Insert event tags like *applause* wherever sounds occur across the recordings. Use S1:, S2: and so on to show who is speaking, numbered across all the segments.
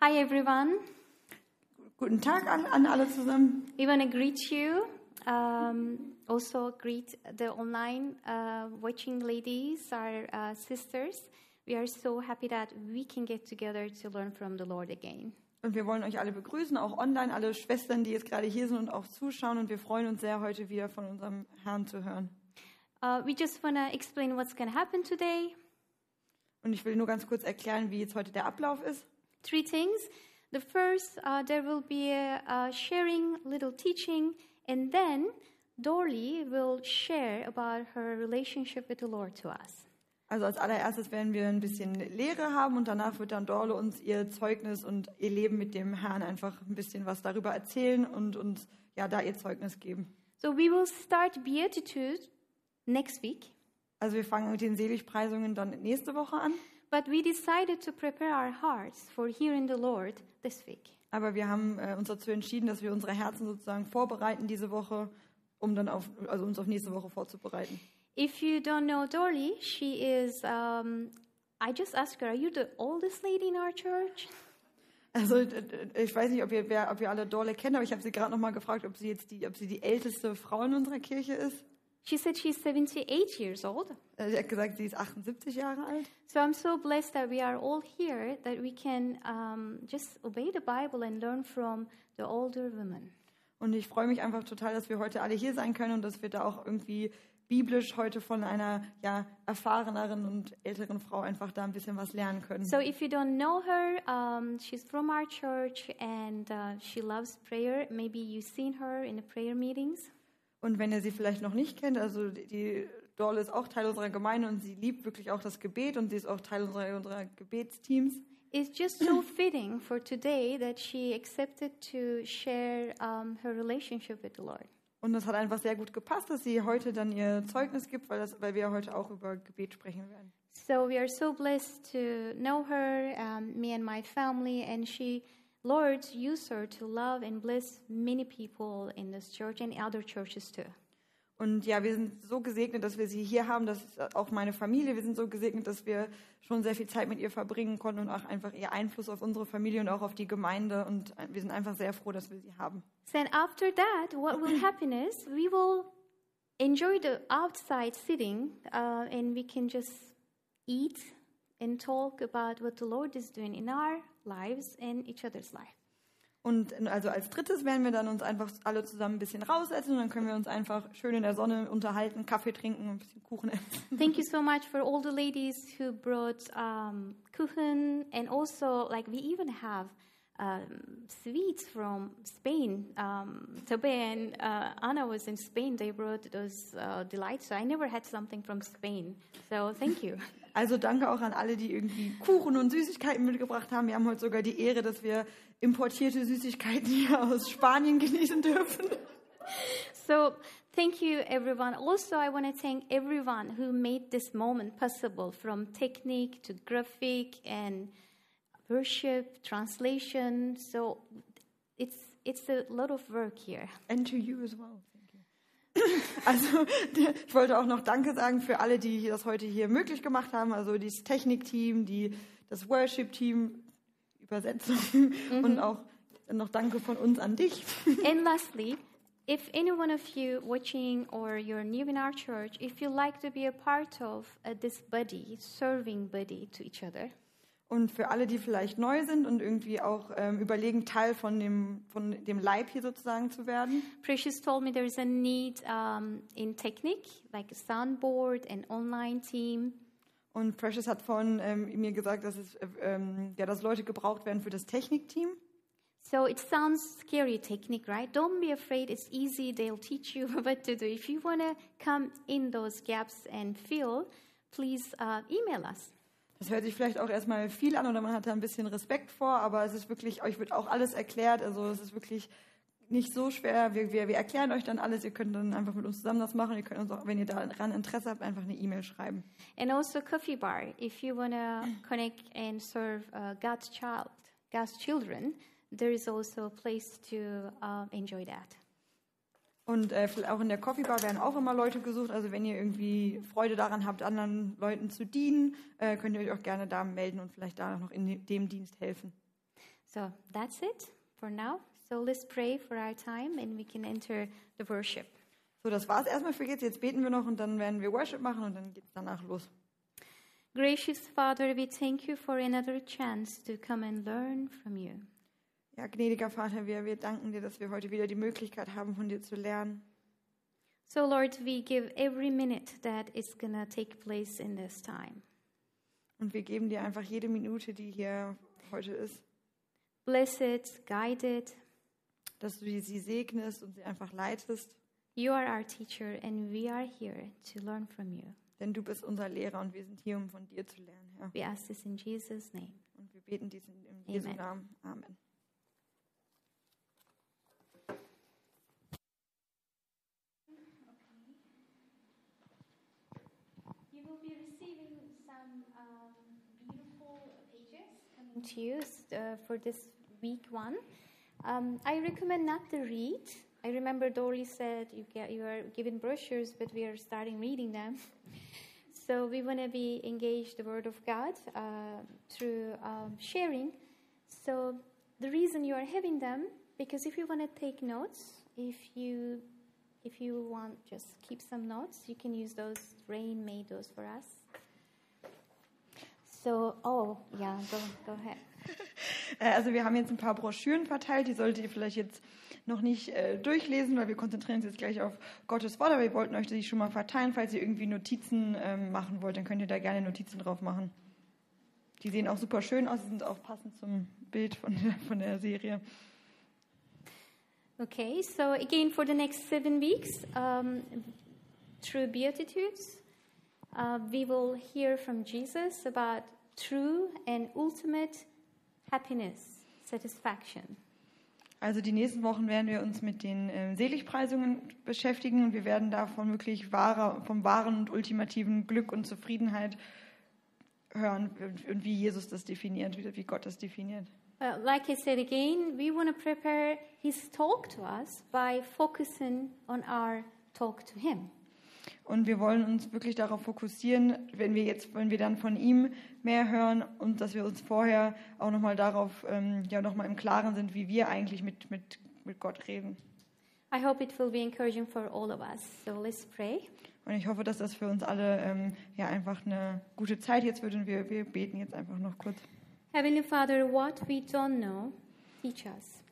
S1: Hi everyone.
S2: Guten Tag an, an alle zusammen.
S1: We want to greet you. Um, also greet the online uh, watching ladies, our uh, sisters. We are so happy that we can get together to learn from the Lord again.
S2: Und wir wollen euch alle begrüßen, auch online, alle Schwestern, die jetzt gerade hier sind und auch zuschauen. Und wir freuen uns sehr, heute wieder von unserem Herrn zu hören.
S1: Uh, we just want to explain what's going to happen today.
S2: Und ich will nur ganz kurz erklären, wie jetzt heute der Ablauf ist.
S1: Three things. The first, uh, there will be a, uh sharing, little teaching, and then Dorley will share about her relationship with the Lord to us.
S2: Also als allererstes werden wir ein bisschen Lehre haben und danach wird dann Dorle uns ihr Zeugnis und ihr Leben mit dem Herrn einfach ein bisschen was darüber erzählen und uns ja da ihr Zeugnis geben.
S1: So we will start Beatitude next week,
S2: Also wir fangen mit den Seligpreisungen dann nächste Woche an,
S1: but we decided to prepare our hearts for hearing the Lord this week.
S2: aber wir haben äh, uns dazu entschieden, dass wir unsere Herzen sozusagen vorbereiten diese Woche, um dann auf also uns auf nächste Woche vorzubereiten.
S1: If you don't know Dorley, she is. Um, I just asked her, are you the oldest lady in our church?
S2: Also äh, ich weiß nicht, ob ihr wer, ob ihr alle Dorle kennt, aber ich habe sie gerade noch mal gefragt, ob sie jetzt die ob sie die älteste Frau in unserer Kirche ist.
S1: She said she's 78 years old.
S2: Äh, Sie hat gesagt, sie ist 78 Jahre alt.
S1: So I'm so blessed that we are all here, that we can um, just obey the Bible and learn from the older women.
S2: Und ich freue mich einfach total, dass wir heute alle hier sein können und dass wir da auch irgendwie biblisch heute von einer ja, erfahreneren und älteren Frau einfach da ein bisschen was lernen können.
S1: So if you don't know her, um, she's from our church and uh, she loves prayer. Maybe you've seen her in the prayer meetings.
S2: Und wenn ihr sie vielleicht noch nicht kennt, also die- die Dorle ist auch Teil unserer Gemeinde und sie liebt wirklich auch das Gebet und sie ist auch Teil unserer, unserer Gebetsteams.
S1: It's just so fitting for today that she accepted to share um, her relationship with the Lord.
S2: Und das hat einfach sehr gut gepasst, dass sie heute dann ihr Zeugnis gibt, weil, das, weil wir heute auch über Gebet sprechen werden.
S1: So we are so blessed to know her, um, me and my family, and she, Lord, used her to love and bless many people in this church and other churches too.
S2: Und ja, wir sind so gesegnet, dass wir sie hier haben. Das ist auch meine Familie. Wir sind so gesegnet, dass wir schon sehr viel Zeit mit ihr verbringen konnten und auch einfach ihr Einfluss auf unsere Familie und auch auf die Gemeinde. Und wir sind einfach sehr froh, dass wir sie haben.
S1: So and after that, what will happen is we will enjoy the outside sitting, uh, and we can just eat and talk about what the Lord is doing in our lives and each other's life.
S2: Und also als drittes werden wir dann uns einfach alle zusammen ein bisschen raussetzen und dann können wir uns einfach schön in der Sonne unterhalten, Kaffee trinken und ein bisschen Kuchen essen. *laughs*
S1: Thank you so much for all the ladies who brought um, kuchen and also like we even have um, sweets from Spain. Um, Tobe and uh, Anna was in Spain. They brought those uh, delights. So I never had something from Spain. So thank you.
S2: Also danke auch an alle, die irgendwie Kuchen und Süßigkeiten mitgebracht haben. Wir haben heute sogar die Ehre, dass wir importierte Süßigkeiten hier aus Spanien genießen dürfen.
S1: so thank you everyone. Also I want to thank everyone who made this moment possible from technique to graphic and worship translation. So it's it's a lot of work here. *laughs*
S2: And to you *laughs* as well. Also, der- ich wollte auch noch Danke sagen für alle, die das heute hier möglich gemacht haben. Also das Technikteam, die, das Worship-Team, Übersetzung und auch noch Danke von uns an dich.
S1: and lastly, if any one of you watching or you're new in our church, if you like to be a part of uh, this body, serving body to each other,
S2: Und für alle, die vielleicht neu sind und irgendwie auch ähm, überlegen, Teil von dem, von dem Leib hier sozusagen zu werden.
S1: Precious told me there is a need um, in technique, like a soundboard and online team.
S2: Und Precious hat vorhin ähm, mir gesagt, dass, es, äh, ähm, ja, dass Leute gebraucht werden für das Technikteam.
S1: So it sounds scary technique, right? Don't be afraid. It's easy. They'll teach you *laughs* what to do. If you want to come in those gaps and fill, please uh, email us.
S2: Das hört sich vielleicht auch erstmal viel an oder man hat da ein bisschen Respekt vor, aber es ist wirklich, euch wird auch alles erklärt. Also es ist wirklich nicht so schwer. Wir, wir, wir erklären euch dann alles. Ihr könnt dann einfach mit uns zusammen das machen. Ihr könnt uns auch, wenn ihr daran Interesse habt, einfach eine E-Mail schreiben.
S1: And also coffee bar, if you want to connect and serve uh, God's child, God's children, there is also a place to uh, enjoy that.
S2: Und äh, vielleicht auch in der Coffee Bar werden auch immer Leute gesucht. Also wenn ihr irgendwie Freude daran habt, anderen Leuten zu dienen, äh, könnt ihr euch auch gerne da melden und vielleicht da noch in dem Dienst helfen.
S1: So that's it for now. So let's pray for our time and we can enter the worship.
S2: So, das war's erstmal für jetzt. Jetzt beten wir noch und dann werden wir Worship machen und dann geht's danach los.
S1: Gracious Father, we thank you for another chance to come and learn from you.
S2: Ja, gnädiger Vater, wir, wir danken dir, dass wir heute wieder die Möglichkeit haben, von dir zu lernen.
S1: So, Lord, we give every minute that is going to take place in this time.
S2: Und wir geben dir einfach jede Minute, die hier heute ist,
S1: Bless it, guide it.
S2: dass du sie segnest und sie einfach leitest.
S1: You are our teacher, and we are here to learn from you.
S2: Denn du bist unser Lehrer und wir sind hier, um von dir zu lernen, Herr.
S1: We ask this in Jesus' name.
S2: Und wir beten dies in, in Jesu
S1: Amen.
S2: Namen. Amen.
S1: You will be receiving some um, beautiful pages coming to you uh, for this week one. Um, I recommend not to read. I remember Dory said you get you are given brochures, but we are starting reading them. *laughs* so we want to be engaged the Word of God uh, through um, sharing. So the reason you are having them because if you want to take notes, if you if you want, just keep some notes. You can use those. Rain made those for us. So, oh, yeah, go, go ahead.
S2: Äh, Also wir haben jetzt ein paar Broschüren verteilt, die solltet ihr vielleicht jetzt noch nicht äh, durchlesen, weil wir konzentrieren uns jetzt gleich auf Gottes Wort, aber wir wollten euch die schon mal verteilen. Falls ihr irgendwie Notizen ähm, machen wollt, dann könnt ihr da gerne Notizen drauf machen. Die sehen auch super schön aus, die sind auch passend zum Bild von der, von der Serie.
S1: Okay, so again, for the next seven weeks, um, through Beatitudes, uh, we will hear from Jesus about true and ultimate happiness, satisfaction.
S2: Also die nächsten Wochen werden wir uns mit den äh, Seligpreisungen beschäftigen und wir werden davon wirklich wahrer, vom wahren und ultimativen Glück und Zufriedenheit hören und, und wie Jesus das definiert, wie, wie Gott das definiert.
S1: Uh, like I said again, we want to prepare his talk to us by focusing on our talk to him.
S2: Und wir wollen uns wirklich darauf fokussieren, wenn wir jetzt, wenn wir dann von ihm mehr hören und dass wir uns vorher auch nochmal darauf, ähm, ja nochmal im Klaren sind, wie wir eigentlich mit, mit, mit Gott reden.
S1: I hope it will be encouraging for all of us. So let's pray.
S2: Und ich hoffe, dass das für uns alle ähm, ja einfach eine gute Zeit jetzt wird und wir, wir beten jetzt einfach noch kurz.
S1: Heavenly Father, what we don't know, teach us.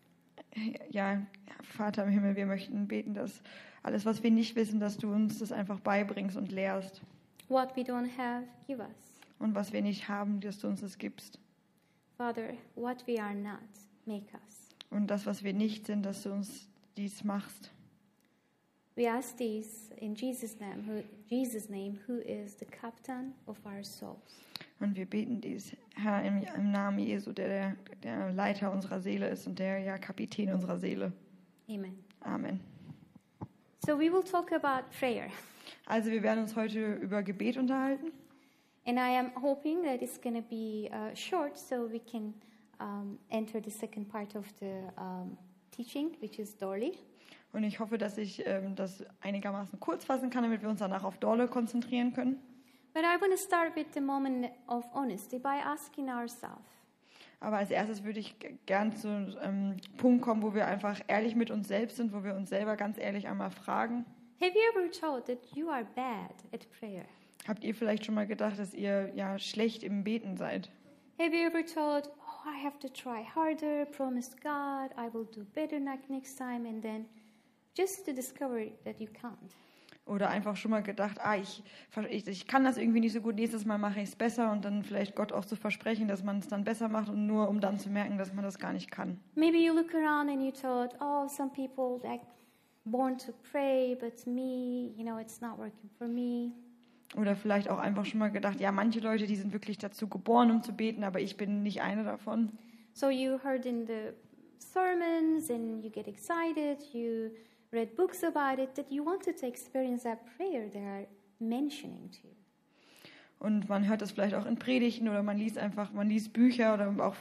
S2: Ja, Vater im Himmel, wir möchten beten, dass alles, was wir nicht wissen, dass du uns das einfach beibringst und lehrst.
S1: What we don't have, give us.
S2: Und was wir nicht haben, dass du uns das gibst.
S1: Father, what we are not, make us.
S2: Und das, was wir nicht sind, dass du uns dies machst.
S1: We ask this in Jesus' name, who, Jesus' name, who is the captain of our souls.
S2: Und wir beten dies, Herr, im, im Namen Jesu, der, der der Leiter unserer Seele ist und der ja Kapitän unserer Seele.
S1: Amen.
S2: Amen.
S1: So we will talk about prayer,
S2: Also wir werden uns heute über Gebet unterhalten
S1: and I am hoping that it's going to be uh, short, so we can um, enter the second part of the um, teaching, which is Dorley.
S2: und ich hoffe, dass ich ähm, das einigermaßen kurz fassen kann, damit wir uns danach auf Dorle konzentrieren können.
S1: But I want to start with the moment of honesty by asking ourselves,
S2: Aber als erstes würde ich g- gern zu ähm, Punkt kommen, wo wir einfach ehrlich mit uns selbst sind, wo wir uns selber ganz ehrlich einmal fragen.
S1: have you ever thought that you are bad at prayer?
S2: Habt ihr vielleicht schon mal gedacht, dass ihr ja schlecht im Beten seid?
S1: Have you ever thought, oh, I have to try harder, promise God I will do better ne- next time, and then just to discover that you can't?
S2: Oder einfach schon mal gedacht, ah, ich, ver- ich, ich kann das irgendwie nicht so gut, nächstes Mal mache ich es besser und dann vielleicht Gott auch zu versprechen, dass man es dann besser macht und nur um dann zu merken, dass man das gar nicht kann.
S1: Maybe you look around and you thought, oh, some people like born to pray, but me, you know, it's not working for me.
S2: Oder vielleicht auch einfach schon mal gedacht, ja, manche Leute, die sind wirklich dazu geboren, um zu beten, aber ich bin nicht eine davon.
S1: So you heard in the sermons and you get excited, you read books about it, that you wanted to experience that prayer they are mentioning to you.
S2: Und man hört das vielleicht auch in Predigten oder man liest einfach, man liest Bücher oder auch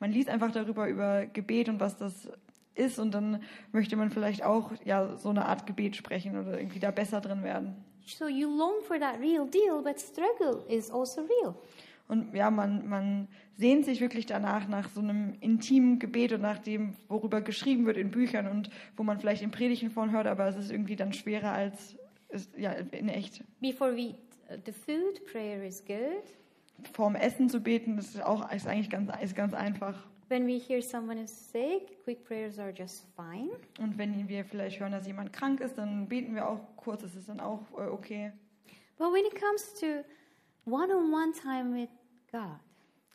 S2: man liest einfach darüber über Gebet und was das ist und dann möchte man vielleicht auch ja so eine Art Gebet sprechen oder irgendwie da besser drin werden.
S1: So you long for that real deal, but struggle is also real.
S2: Und ja, man, man sehnt sich wirklich danach nach so einem intimen Gebet und nach dem, worüber geschrieben wird in Büchern und wo man vielleicht in Predigten von hört, aber es ist irgendwie dann schwerer als es, ja, in echt.
S1: Before we eat uh, the food, prayer is good.
S2: Vorm Essen zu beten, das ist auch ist eigentlich ganz, ist ganz einfach.
S1: When we hear someone is sick, quick prayers are just fine.
S2: Und wenn wir vielleicht hören, dass jemand krank ist, dann beten wir auch kurz, das ist dann auch äh, okay.
S1: But when it comes to one on one time with God,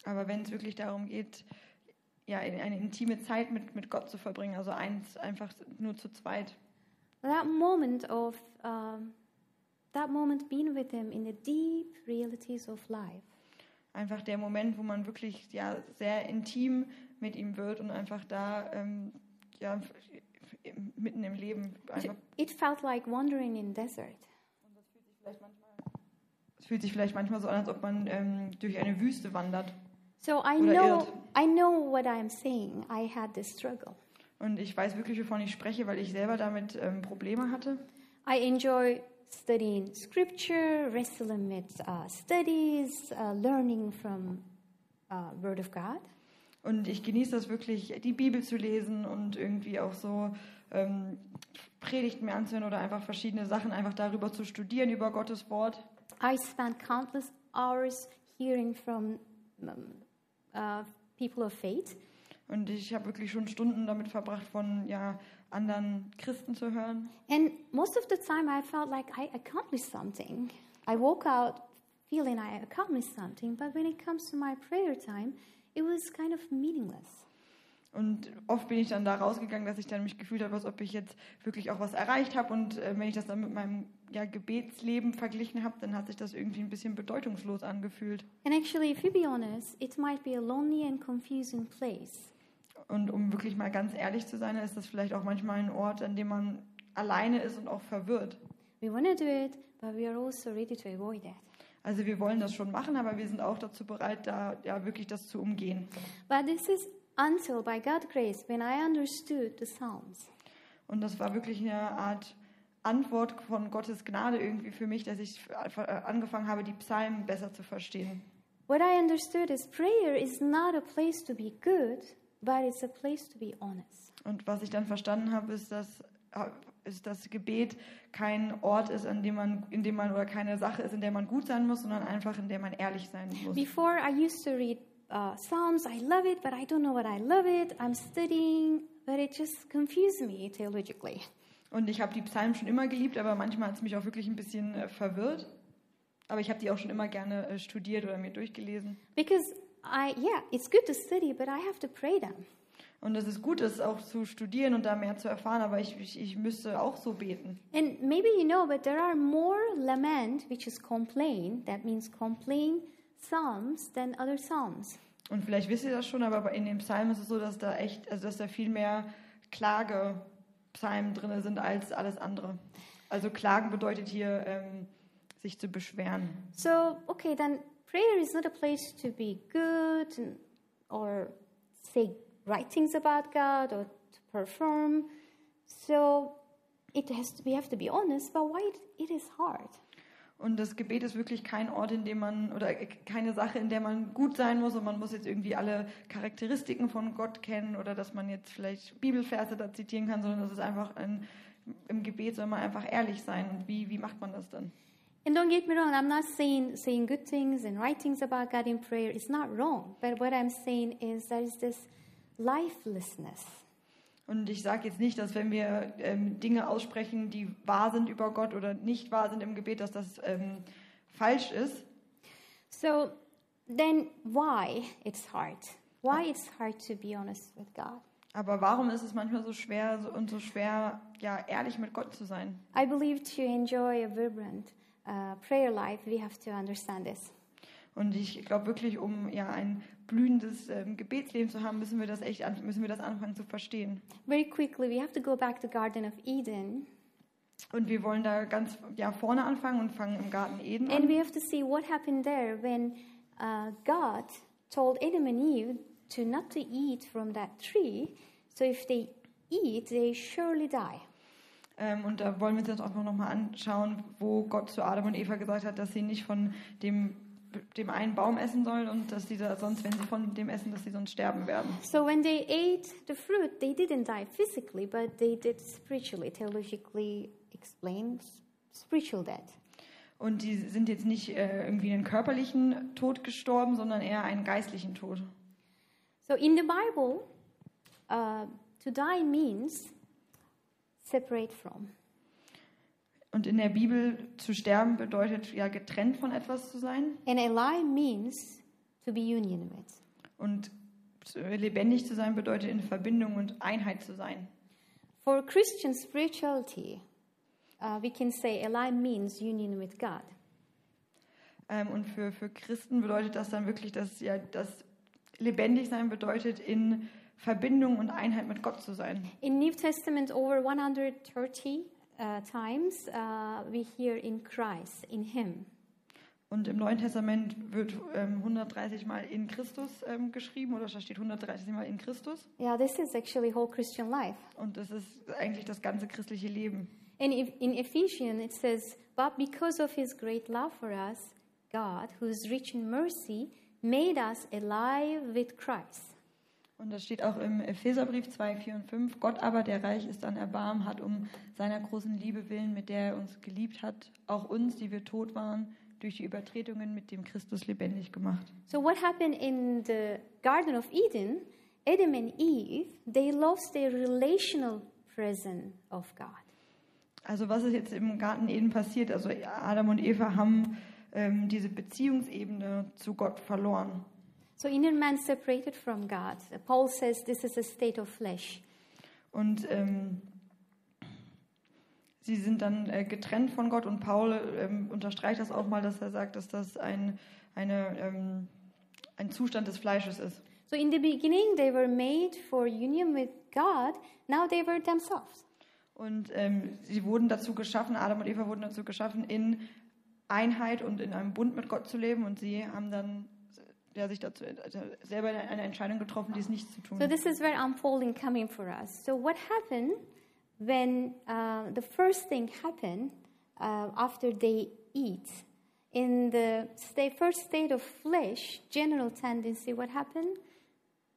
S2: Aber wenn es wirklich darum geht, ja, in- eine intime Zeit mit, mit Gott zu verbringen, also eins einfach nur zu zweit,
S1: that moment of um, that moment being with Him in the deep realities of life,
S2: einfach der Moment, wo man wirklich ja sehr intim mit ihm wird und einfach da ähm, ja f- im- mitten im Leben einfach
S1: it felt like wandering in desert.
S2: es fühlt sich vielleicht manchmal so an, als ob man ähm, durch eine Wüste wandert.
S1: So I know,
S2: Oder irrt.
S1: I know what I'm saying. I had this struggle.
S2: Und ich weiß wirklich, wovon ich spreche, weil ich selber damit ähm, Probleme hatte.
S1: I enjoy studying scripture, wrestling with uh, studies, uh, learning from uh, Word of God.
S2: Und ich genieße das wirklich, die Bibel zu lesen und irgendwie auch so ähm, Predigten mir anzuhören oder einfach verschiedene Sachen einfach darüber zu studieren, über Gottes Wort.
S1: I spent countless hours hearing from um, uh, people of faith.
S2: Und ich habe wirklich schon Stunden damit verbracht, von ja, anderen Christen zu hören.
S1: And most of the time, I felt like I accomplished something. I woke out feeling I accomplished something, but when it comes to my prayer time, it was kind of meaningless.
S2: Und oft bin ich dann da rausgegangen, dass ich dann mich gefühlt habe, als ob ich jetzt wirklich auch was erreicht habe. Und äh, wenn ich das dann mit meinem ja, Gebetsleben verglichen habe, dann hat sich das irgendwie ein bisschen bedeutungslos angefühlt.
S1: And actually, if you be honest, it might be a lonely and confusing place.
S2: Und um wirklich mal ganz ehrlich zu sein, ist das vielleicht auch manchmal ein Ort, an dem man alleine ist und auch verwirrt.
S1: We want to do it, but we are also ready to avoid that.
S2: Also wir wollen das schon machen, aber wir sind auch dazu bereit, da ja wirklich das zu umgehen.
S1: But this is until, by God's grace, when I understood the Psalms.
S2: Und das war wirklich eine Art Antwort von Gottes Gnade irgendwie für mich, dass ich einfach, äh, angefangen habe, die Psalmen besser zu verstehen.
S1: What I understood is prayer is not a place to be good, but it's a place to be honest.
S2: Und was ich dann verstanden habe, ist, dass äh, ist das Gebet kein Ort ist, an dem man, in dem man oder keine Sache ist, in der man gut sein muss, sondern einfach in der man ehrlich sein muss.
S1: Before, I used to read uh, Psalms. I love it, but I don't know what I love it. I'm studying, but it just confused me theologically. *laughs*
S2: Und ich habe die Psalmen schon immer geliebt, aber manchmal hat es mich auch wirklich ein bisschen äh, verwirrt. Aber ich habe die auch schon immer gerne äh, studiert oder mir durchgelesen.
S1: Because I, yeah, it's good to study, but I have to pray them.
S2: Und es ist gut, es auch zu studieren und da mehr zu erfahren, aber ich, ich, ich müsste auch so beten.
S1: And maybe you know, but there are more lament, which is complain, that means complain psalms than other psalms.
S2: Und vielleicht wisst ihr das schon, aber in den Psalmen ist es so, dass da echt, also dass da viel mehr Klagepsalmen drin sind als alles andere. Also Klagen bedeutet hier, ähm, sich zu beschweren.
S1: So, okay, then prayer is not a place to be good and- or say right things about God or to perform. So, it has to, we have to be honest, but why it, it is hard?
S2: Und das Gebet ist wirklich kein Ort, in dem man, oder äh, keine Sache, in der man gut sein muss und man muss jetzt irgendwie alle Charakteristiken von Gott kennen oder dass man jetzt vielleicht Bibelverse da zitieren kann, sondern das ist einfach ein, im Gebet soll man einfach ehrlich sein. Und wie, wie macht man das dann?
S1: And don't get me wrong, I'm not saying saying good things and right things about God in prayer is not wrong. But what I'm saying is there is this lifelessness.
S2: Und ich sage jetzt nicht, dass wenn wir ähm, Dinge aussprechen, die wahr sind über Gott oder nicht wahr sind im Gebet, dass das ähm, falsch ist.
S1: So then why it's hard? Why it's hard to be honest with God?
S2: Aber warum ist es manchmal so schwer so- und so schwer, ja, ehrlich mit Gott zu sein?
S1: I believe to enjoy a vibrant uh, prayer life, we have to understand this.
S2: Und ich glaube wirklich, um ja ein blühendes ähm, Gebetsleben zu haben, müssen wir das echt an, müssen wir das anfangen zu verstehen.
S1: Very quickly, we have to go back to Garden of Eden
S2: Und wir wollen da ganz ja vorne anfangen und fangen im Garten Eden
S1: and
S2: an.
S1: we have to see what happened there when uh, God told Adam and Eve to not to eat from that tree. So if they eat, they surely die.
S2: Ähm, und da wollen wir uns jetzt auch noch mal anschauen, wo Gott zu Adam und Eva gesagt hat, dass sie nicht von dem dem einen Baum essen sollen und dass die da sonst, wenn sie von dem essen, dass sie sonst sterben werden.
S1: So when they ate the fruit, they didn't die physically, but they did spiritually, theologically explained spiritual death.
S2: Und die sind jetzt nicht äh, irgendwie einen körperlichen Tod gestorben, sondern eher einen geistlichen Tod.
S1: So in the Bible, uh, to die means separate from.
S2: Und in der Bibel zu sterben bedeutet ja getrennt von etwas zu sein
S1: And alive means to be union with.
S2: und zu- lebendig zu sein bedeutet in Verbindung und Einheit zu sein.
S1: For Christian spirituality, uh, we can say alive means union with God.
S2: Ähm, und für, für Christen bedeutet das dann wirklich, dass ja das lebendig sein bedeutet in Verbindung und Einheit mit Gott zu sein.
S1: In New Testament, over 130 uh, times uh, we hear in Christ, in Him.
S2: Und im Neuen Testament wird ähm, 130 Mal in Christus ähm, geschrieben oder da steht 130 Mal in Christus.
S1: Yeah, this is actually whole Christian life.
S2: Und das ist eigentlich das ganze christliche Leben.
S1: And if, in Ephesians it says, "But because of His great love for us, God, who is rich in mercy, made us alive with Christ."
S2: Und das steht auch im Epheserbrief 2, 4 und 5. Gott aber, der reich ist an Erbarmen, hat um seiner großen Liebe willen, mit der er uns geliebt hat, auch uns, die wir tot waren, durch die Übertretungen mit dem Christus lebendig gemacht.
S1: So what happened in the Garden of Eden? Adam and Eve they lost their relational presence of God.
S2: Also was ist jetzt im Garten Eden passiert? Also Adam und Eva haben ähm, diese Beziehungsebene zu Gott verloren.
S1: So inner man separated from God. Paul says this is a state of flesh.
S2: Und ähm, sie sind dann äh, getrennt von Gott. Und Paul ähm, unterstreicht das auch mal, dass er sagt, dass das ein, eine, ähm, ein Zustand des Fleisches ist.
S1: So in the beginning they were made for union with God. Now they were themselves.
S2: Und ähm, sie wurden dazu geschaffen, Adam und Eva wurden dazu geschaffen, in Einheit und in einem Bund mit Gott zu leben. Und sie haben dann ja, sich dazu also selber eine Entscheidung getroffen, dies nicht zu tun.
S1: So this is where unfolding coming for us. So what happened when uh, the first thing happened uh, after they eat? In the state, first state of flesh, general tendency, what happened?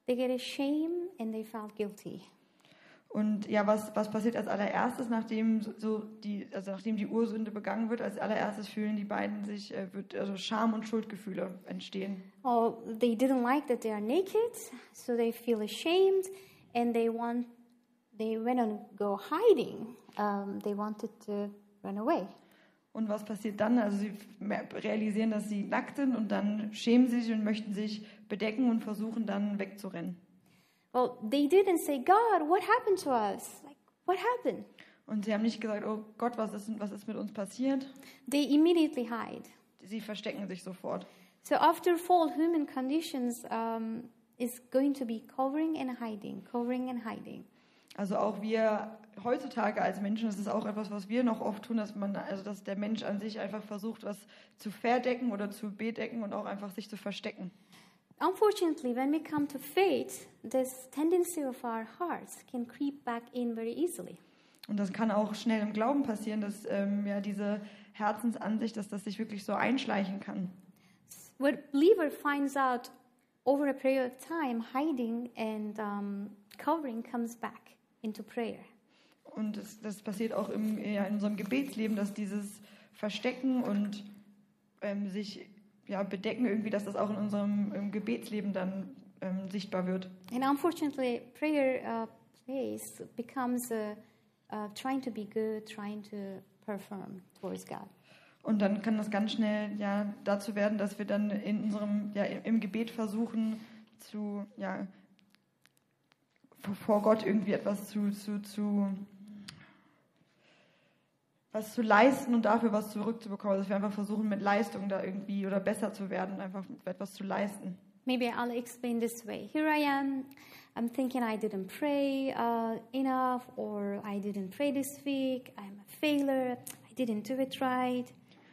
S1: They get ashamed and they felt guilty.
S2: Und ja, was, was passiert als allererstes, nachdem so die, also nachdem die Ursünde begangen wird, als allererstes fühlen die beiden sich, äh, wird, also Scham und Schuldgefühle entstehen.
S1: Oh, they didn't like that they are naked, so they feel ashamed and they want, they went on go hiding. Um, they wanted to run away.
S2: Und was passiert dann? Also sie mer- realisieren, dass sie nackt sind und dann schämen sie sich und möchten sich bedecken und versuchen dann wegzurennen.
S1: Well, they didn't say, God, what happened to us? Like, what happened?
S2: Und sie haben nicht gesagt, oh Gott, was ist, was ist mit uns passiert?
S1: They immediately hide.
S2: Sie verstecken sich sofort.
S1: So after fall, human conditions um, is going to be covering and hiding, covering and hiding.
S2: Also auch wir heutzutage als Menschen, das ist auch etwas, was wir noch oft tun, dass man, also dass der Mensch an sich einfach versucht, was zu verdecken oder zu bedecken und auch einfach sich zu verstecken.
S1: Unfortunately, when we come to faith, this tendency of our hearts can creep back in very easily.
S2: Und das kann auch schnell im Glauben passieren, dass ähm, ja diese Herzensansicht, dass das sich wirklich so einschleichen kann.
S1: What believer finds out over a period of time, hiding and um, covering comes back into prayer.
S2: Und das, das passiert auch im, ja, in unserem Gebetsleben, dass dieses Verstecken und ähm, sich ja, bedecken irgendwie, dass das auch in unserem im Gebetsleben dann ähm, sichtbar wird.
S1: And unfortunately, prayer uh, place becomes a, uh, trying to be good, trying to perform towards God.
S2: Und dann kann das ganz schnell ja dazu werden, dass wir dann in unserem ja im Gebet versuchen zu ja vor- vor Gott irgendwie etwas zu zu zu was zu leisten und dafür was zurückzubekommen. Also dass wir einfach versuchen mit Leistung da irgendwie oder besser zu werden, einfach etwas zu leisten.
S1: Maybe I'll explain this way. Here I am. I'm thinking I didn't pray uh, enough, or I didn't pray this week. I'm a failure. I didn't do it right.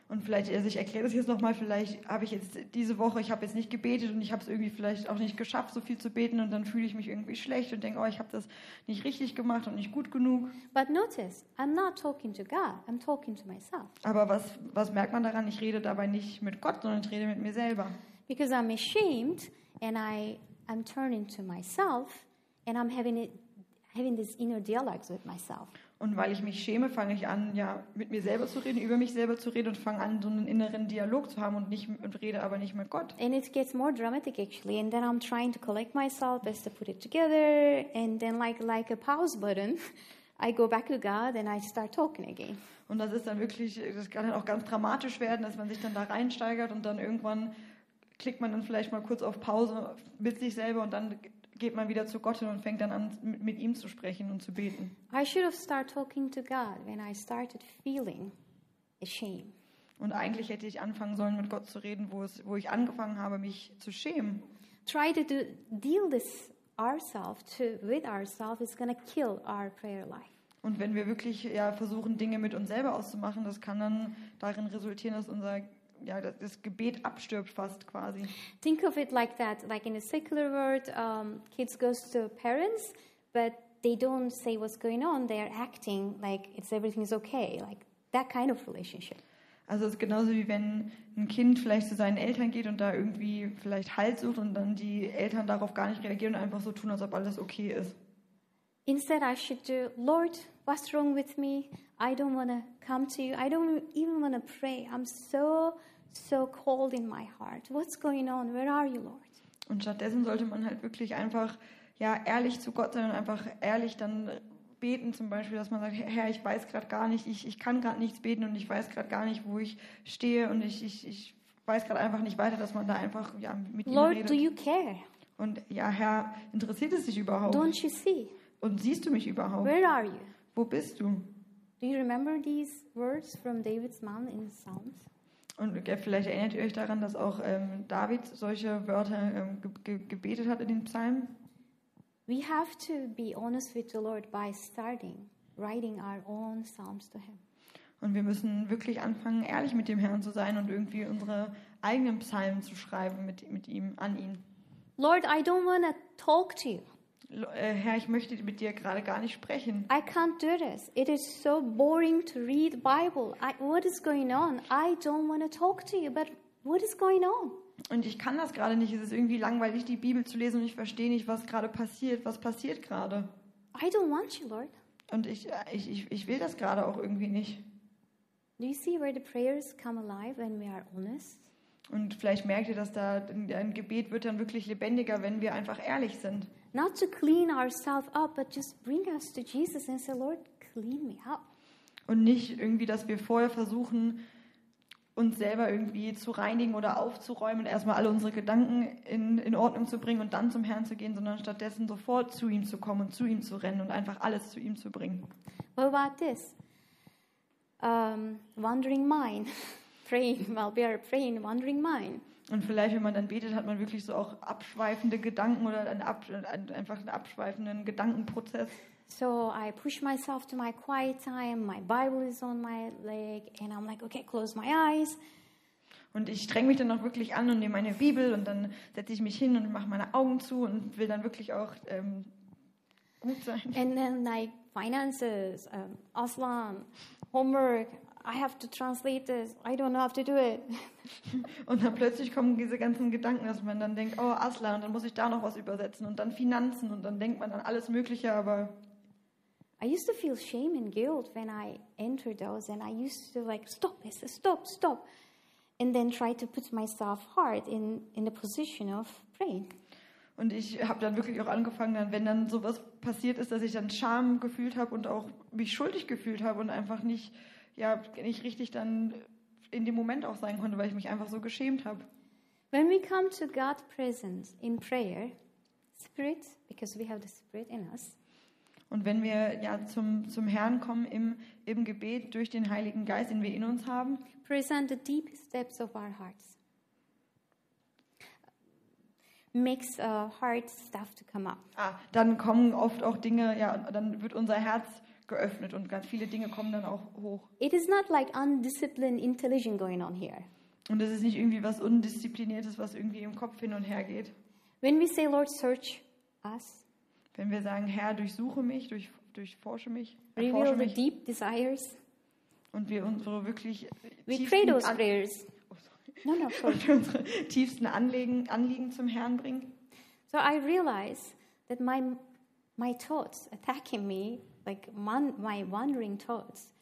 S2: Und vielleicht, also ich erkläre das jetzt nochmal, vielleicht habe ich jetzt diese Woche, ich habe jetzt nicht gebetet und ich habe es irgendwie vielleicht auch nicht geschafft, so viel zu beten und dann fühle ich mich irgendwie schlecht und denke, oh, ich habe das nicht richtig gemacht und nicht gut genug.
S1: But notice, I'm not talking to God, I'm talking to myself
S2: Aber was, was merkt man daran? Ich rede dabei nicht mit Gott, sondern ich rede mit mir selber.
S1: because I'm ashamed and I am turning to myself and I'm having it, having these inner dialogues with myself.
S2: Und weil ich mich schäme, fange ich an, ja, mit mir selber zu reden, über mich selber zu reden und fange an, so einen inneren Dialog zu haben und, nicht, und rede aber nicht mit Gott.
S1: And it gets more dramatic actually, and then I'm trying to collect myself, best to put it together, and then like like a pause button, *laughs* I go back to God and I start talking again.
S2: Und das ist dann wirklich, das kann dann auch ganz dramatisch werden, dass man sich dann da reinsteigert und dann irgendwann klickt man dann vielleicht mal kurz auf Pause mit sich selber und dann geht man wieder zu Gott hin und fängt dann an, mit, mit ihm zu sprechen und zu beten.
S1: I should have started talking to God when I started feeling ashamed.
S2: Und eigentlich hätte ich anfangen sollen, mit Gott zu reden, wo, es, wo ich angefangen habe, mich zu schämen.
S1: Try to do, deal this ourselves to with ourselves is gonna kill our prayer life.
S2: Und wenn wir wirklich ja, versuchen, Dinge mit uns selber auszumachen, das kann dann darin resultieren, dass unser ja, dass das Gebet abstirbt fast quasi.
S1: Think of it like that, like in a secular world, um, kids goes to parents, but they don't say what's going on. They are acting like it's everything is okay, like that kind of relationship.
S2: Also es ist genauso wie wenn ein Kind vielleicht zu seinen Eltern geht und da irgendwie vielleicht Halt sucht und dann die Eltern darauf gar nicht reagieren und einfach so tun, als ob alles okay ist.
S1: Instead, I should do, Lord, what's wrong with me? I don't want to come to you. I don't even want to pray. I'm so, so cold in my heart. What's going on? Where are you, Lord?
S2: Und stattdessen sollte man halt wirklich einfach ja ehrlich zu Gott sein und einfach ehrlich dann beten zum Beispiel, dass man sagt, Herr, ich weiß gerade gar nicht, ich, ich kann gerade nichts beten und ich weiß gerade gar nicht, wo ich stehe und ich, ich, ich weiß gerade einfach nicht weiter, dass man da einfach ja, mit ihm
S1: Lord, do
S2: redet.
S1: you care?
S2: Und ja, Herr, interessiert es dich überhaupt?
S1: Don't you see?
S2: Und siehst du mich überhaupt?
S1: Where are you?
S2: Wo bist du?
S1: Do you remember these words from David's mom in Psalms?
S2: Und ja, vielleicht erinnert ihr euch daran, dass auch ähm, David solche Wörter ähm, ge ge gebetet hat in den Psalmen.
S1: We have to be honest with the Lord by starting writing our own psalms to Him.
S2: Und wir müssen wirklich anfangen, ehrlich mit dem Herrn zu sein und irgendwie unsere eigenen Psalmen zu schreiben mit, mit ihm, an ihn.
S1: Lord, I don't want to talk to you.
S2: Lo- Äh, Herr, ich möchte mit dir gerade gar nicht sprechen.
S1: I can't do this. It is so boring to read Bible. I, what is going on? I don't want to talk to you, but what is going on?
S2: Und ich kann das gerade nicht. Es ist irgendwie langweilig, die Bibel zu lesen und ich verstehe nicht, was gerade passiert. Was passiert gerade?
S1: I don't want you, Lord.
S2: Und ich, äh, ich, ich, ich will das gerade auch irgendwie nicht.
S1: Do you see where the prayers come alive when we are honest?
S2: Und vielleicht merkt ihr, dass da ein Gebet wird dann wirklich lebendiger, wenn wir einfach ehrlich sind.
S1: Not to clean ourselves up, but just bring us to Jesus and say, Lord, clean me up.
S2: Und nicht irgendwie, dass wir vorher versuchen, uns selber irgendwie zu reinigen oder aufzuräumen und erstmal alle unsere Gedanken in, in Ordnung zu bringen und dann zum Herrn zu gehen, sondern stattdessen sofort zu ihm zu kommen und zu ihm zu rennen und einfach alles zu ihm zu bringen.
S1: What about this? Um, wandering mind, *laughs* praying while we are praying, wandering mind.
S2: Und vielleicht, wenn man dann betet, hat man wirklich so auch abschweifende Gedanken oder einen ab, einen- einfach einen abschweifenden Gedankenprozess.
S1: So I push myself to my quiet time. My Bible is on my leg, and I'm like, okay, close my eyes.
S2: Und ich streng mich dann auch wirklich an und nehme meine Bibel und dann setze ich mich hin und mache meine Augen zu und will dann wirklich auch ähm, gut sein.
S1: And then like finances, um, Aslan, homework. I have to translate this. I don't know how to do it. *laughs*
S2: Und dann plötzlich kommen diese ganzen Gedanken, dass man dann denkt, oh Aslan, und dann muss ich da noch was übersetzen und dann Finanzen und dann denkt man an alles Mögliche, aber
S1: I used to feel shame and guilt when I entered those, and I used to like stop, I said, stop, stop, and then try to put myself hard in in the position of praying.
S2: und ich habe dann wirklich auch angefangen, dann, wenn dann sowas passiert ist, dass ich dann Scham gefühlt habe und auch mich schuldig gefühlt habe und einfach nicht, ja, nicht richtig dann in dem Moment auch sein konnte, weil ich mich einfach so geschämt habe.
S1: When we come to God's presence in prayer, Spirit, because we have the Spirit in us,
S2: Und wenn wir ja zum, zum Herrn kommen im, im Gebet durch den Heiligen Geist, den wir in uns haben,
S1: present the deepest depths of our hearts. Makes uh, hard stuff to come up.
S2: ah, dann kommen oft auch Dinge, ja, dann wird unser Herz geöffnet und ganz viele Dinge kommen dann auch hoch.
S1: It is not like undisciplined intelligence going on here.
S2: Und es ist nicht irgendwie was Undiszipliniertes, was irgendwie im Kopf hin und her geht.
S1: When we say, Lord, search us,
S2: Wenn wir sagen, Herr, durchsuche mich, durch, durchforsche mich, erforsche
S1: reveal the
S2: mich
S1: deep desires,
S2: und wir unsere wirklich
S1: we pray
S2: tiefsten,
S1: those
S2: An
S1: prayers.
S2: oh, sorry. *laughs*
S1: No, no, sorry.
S2: und wir unsere tiefsten Anliegen, Anliegen zum Herrn bringen.
S1: So I realize that my my thoughts attacking me, like mon, my wandering thoughts,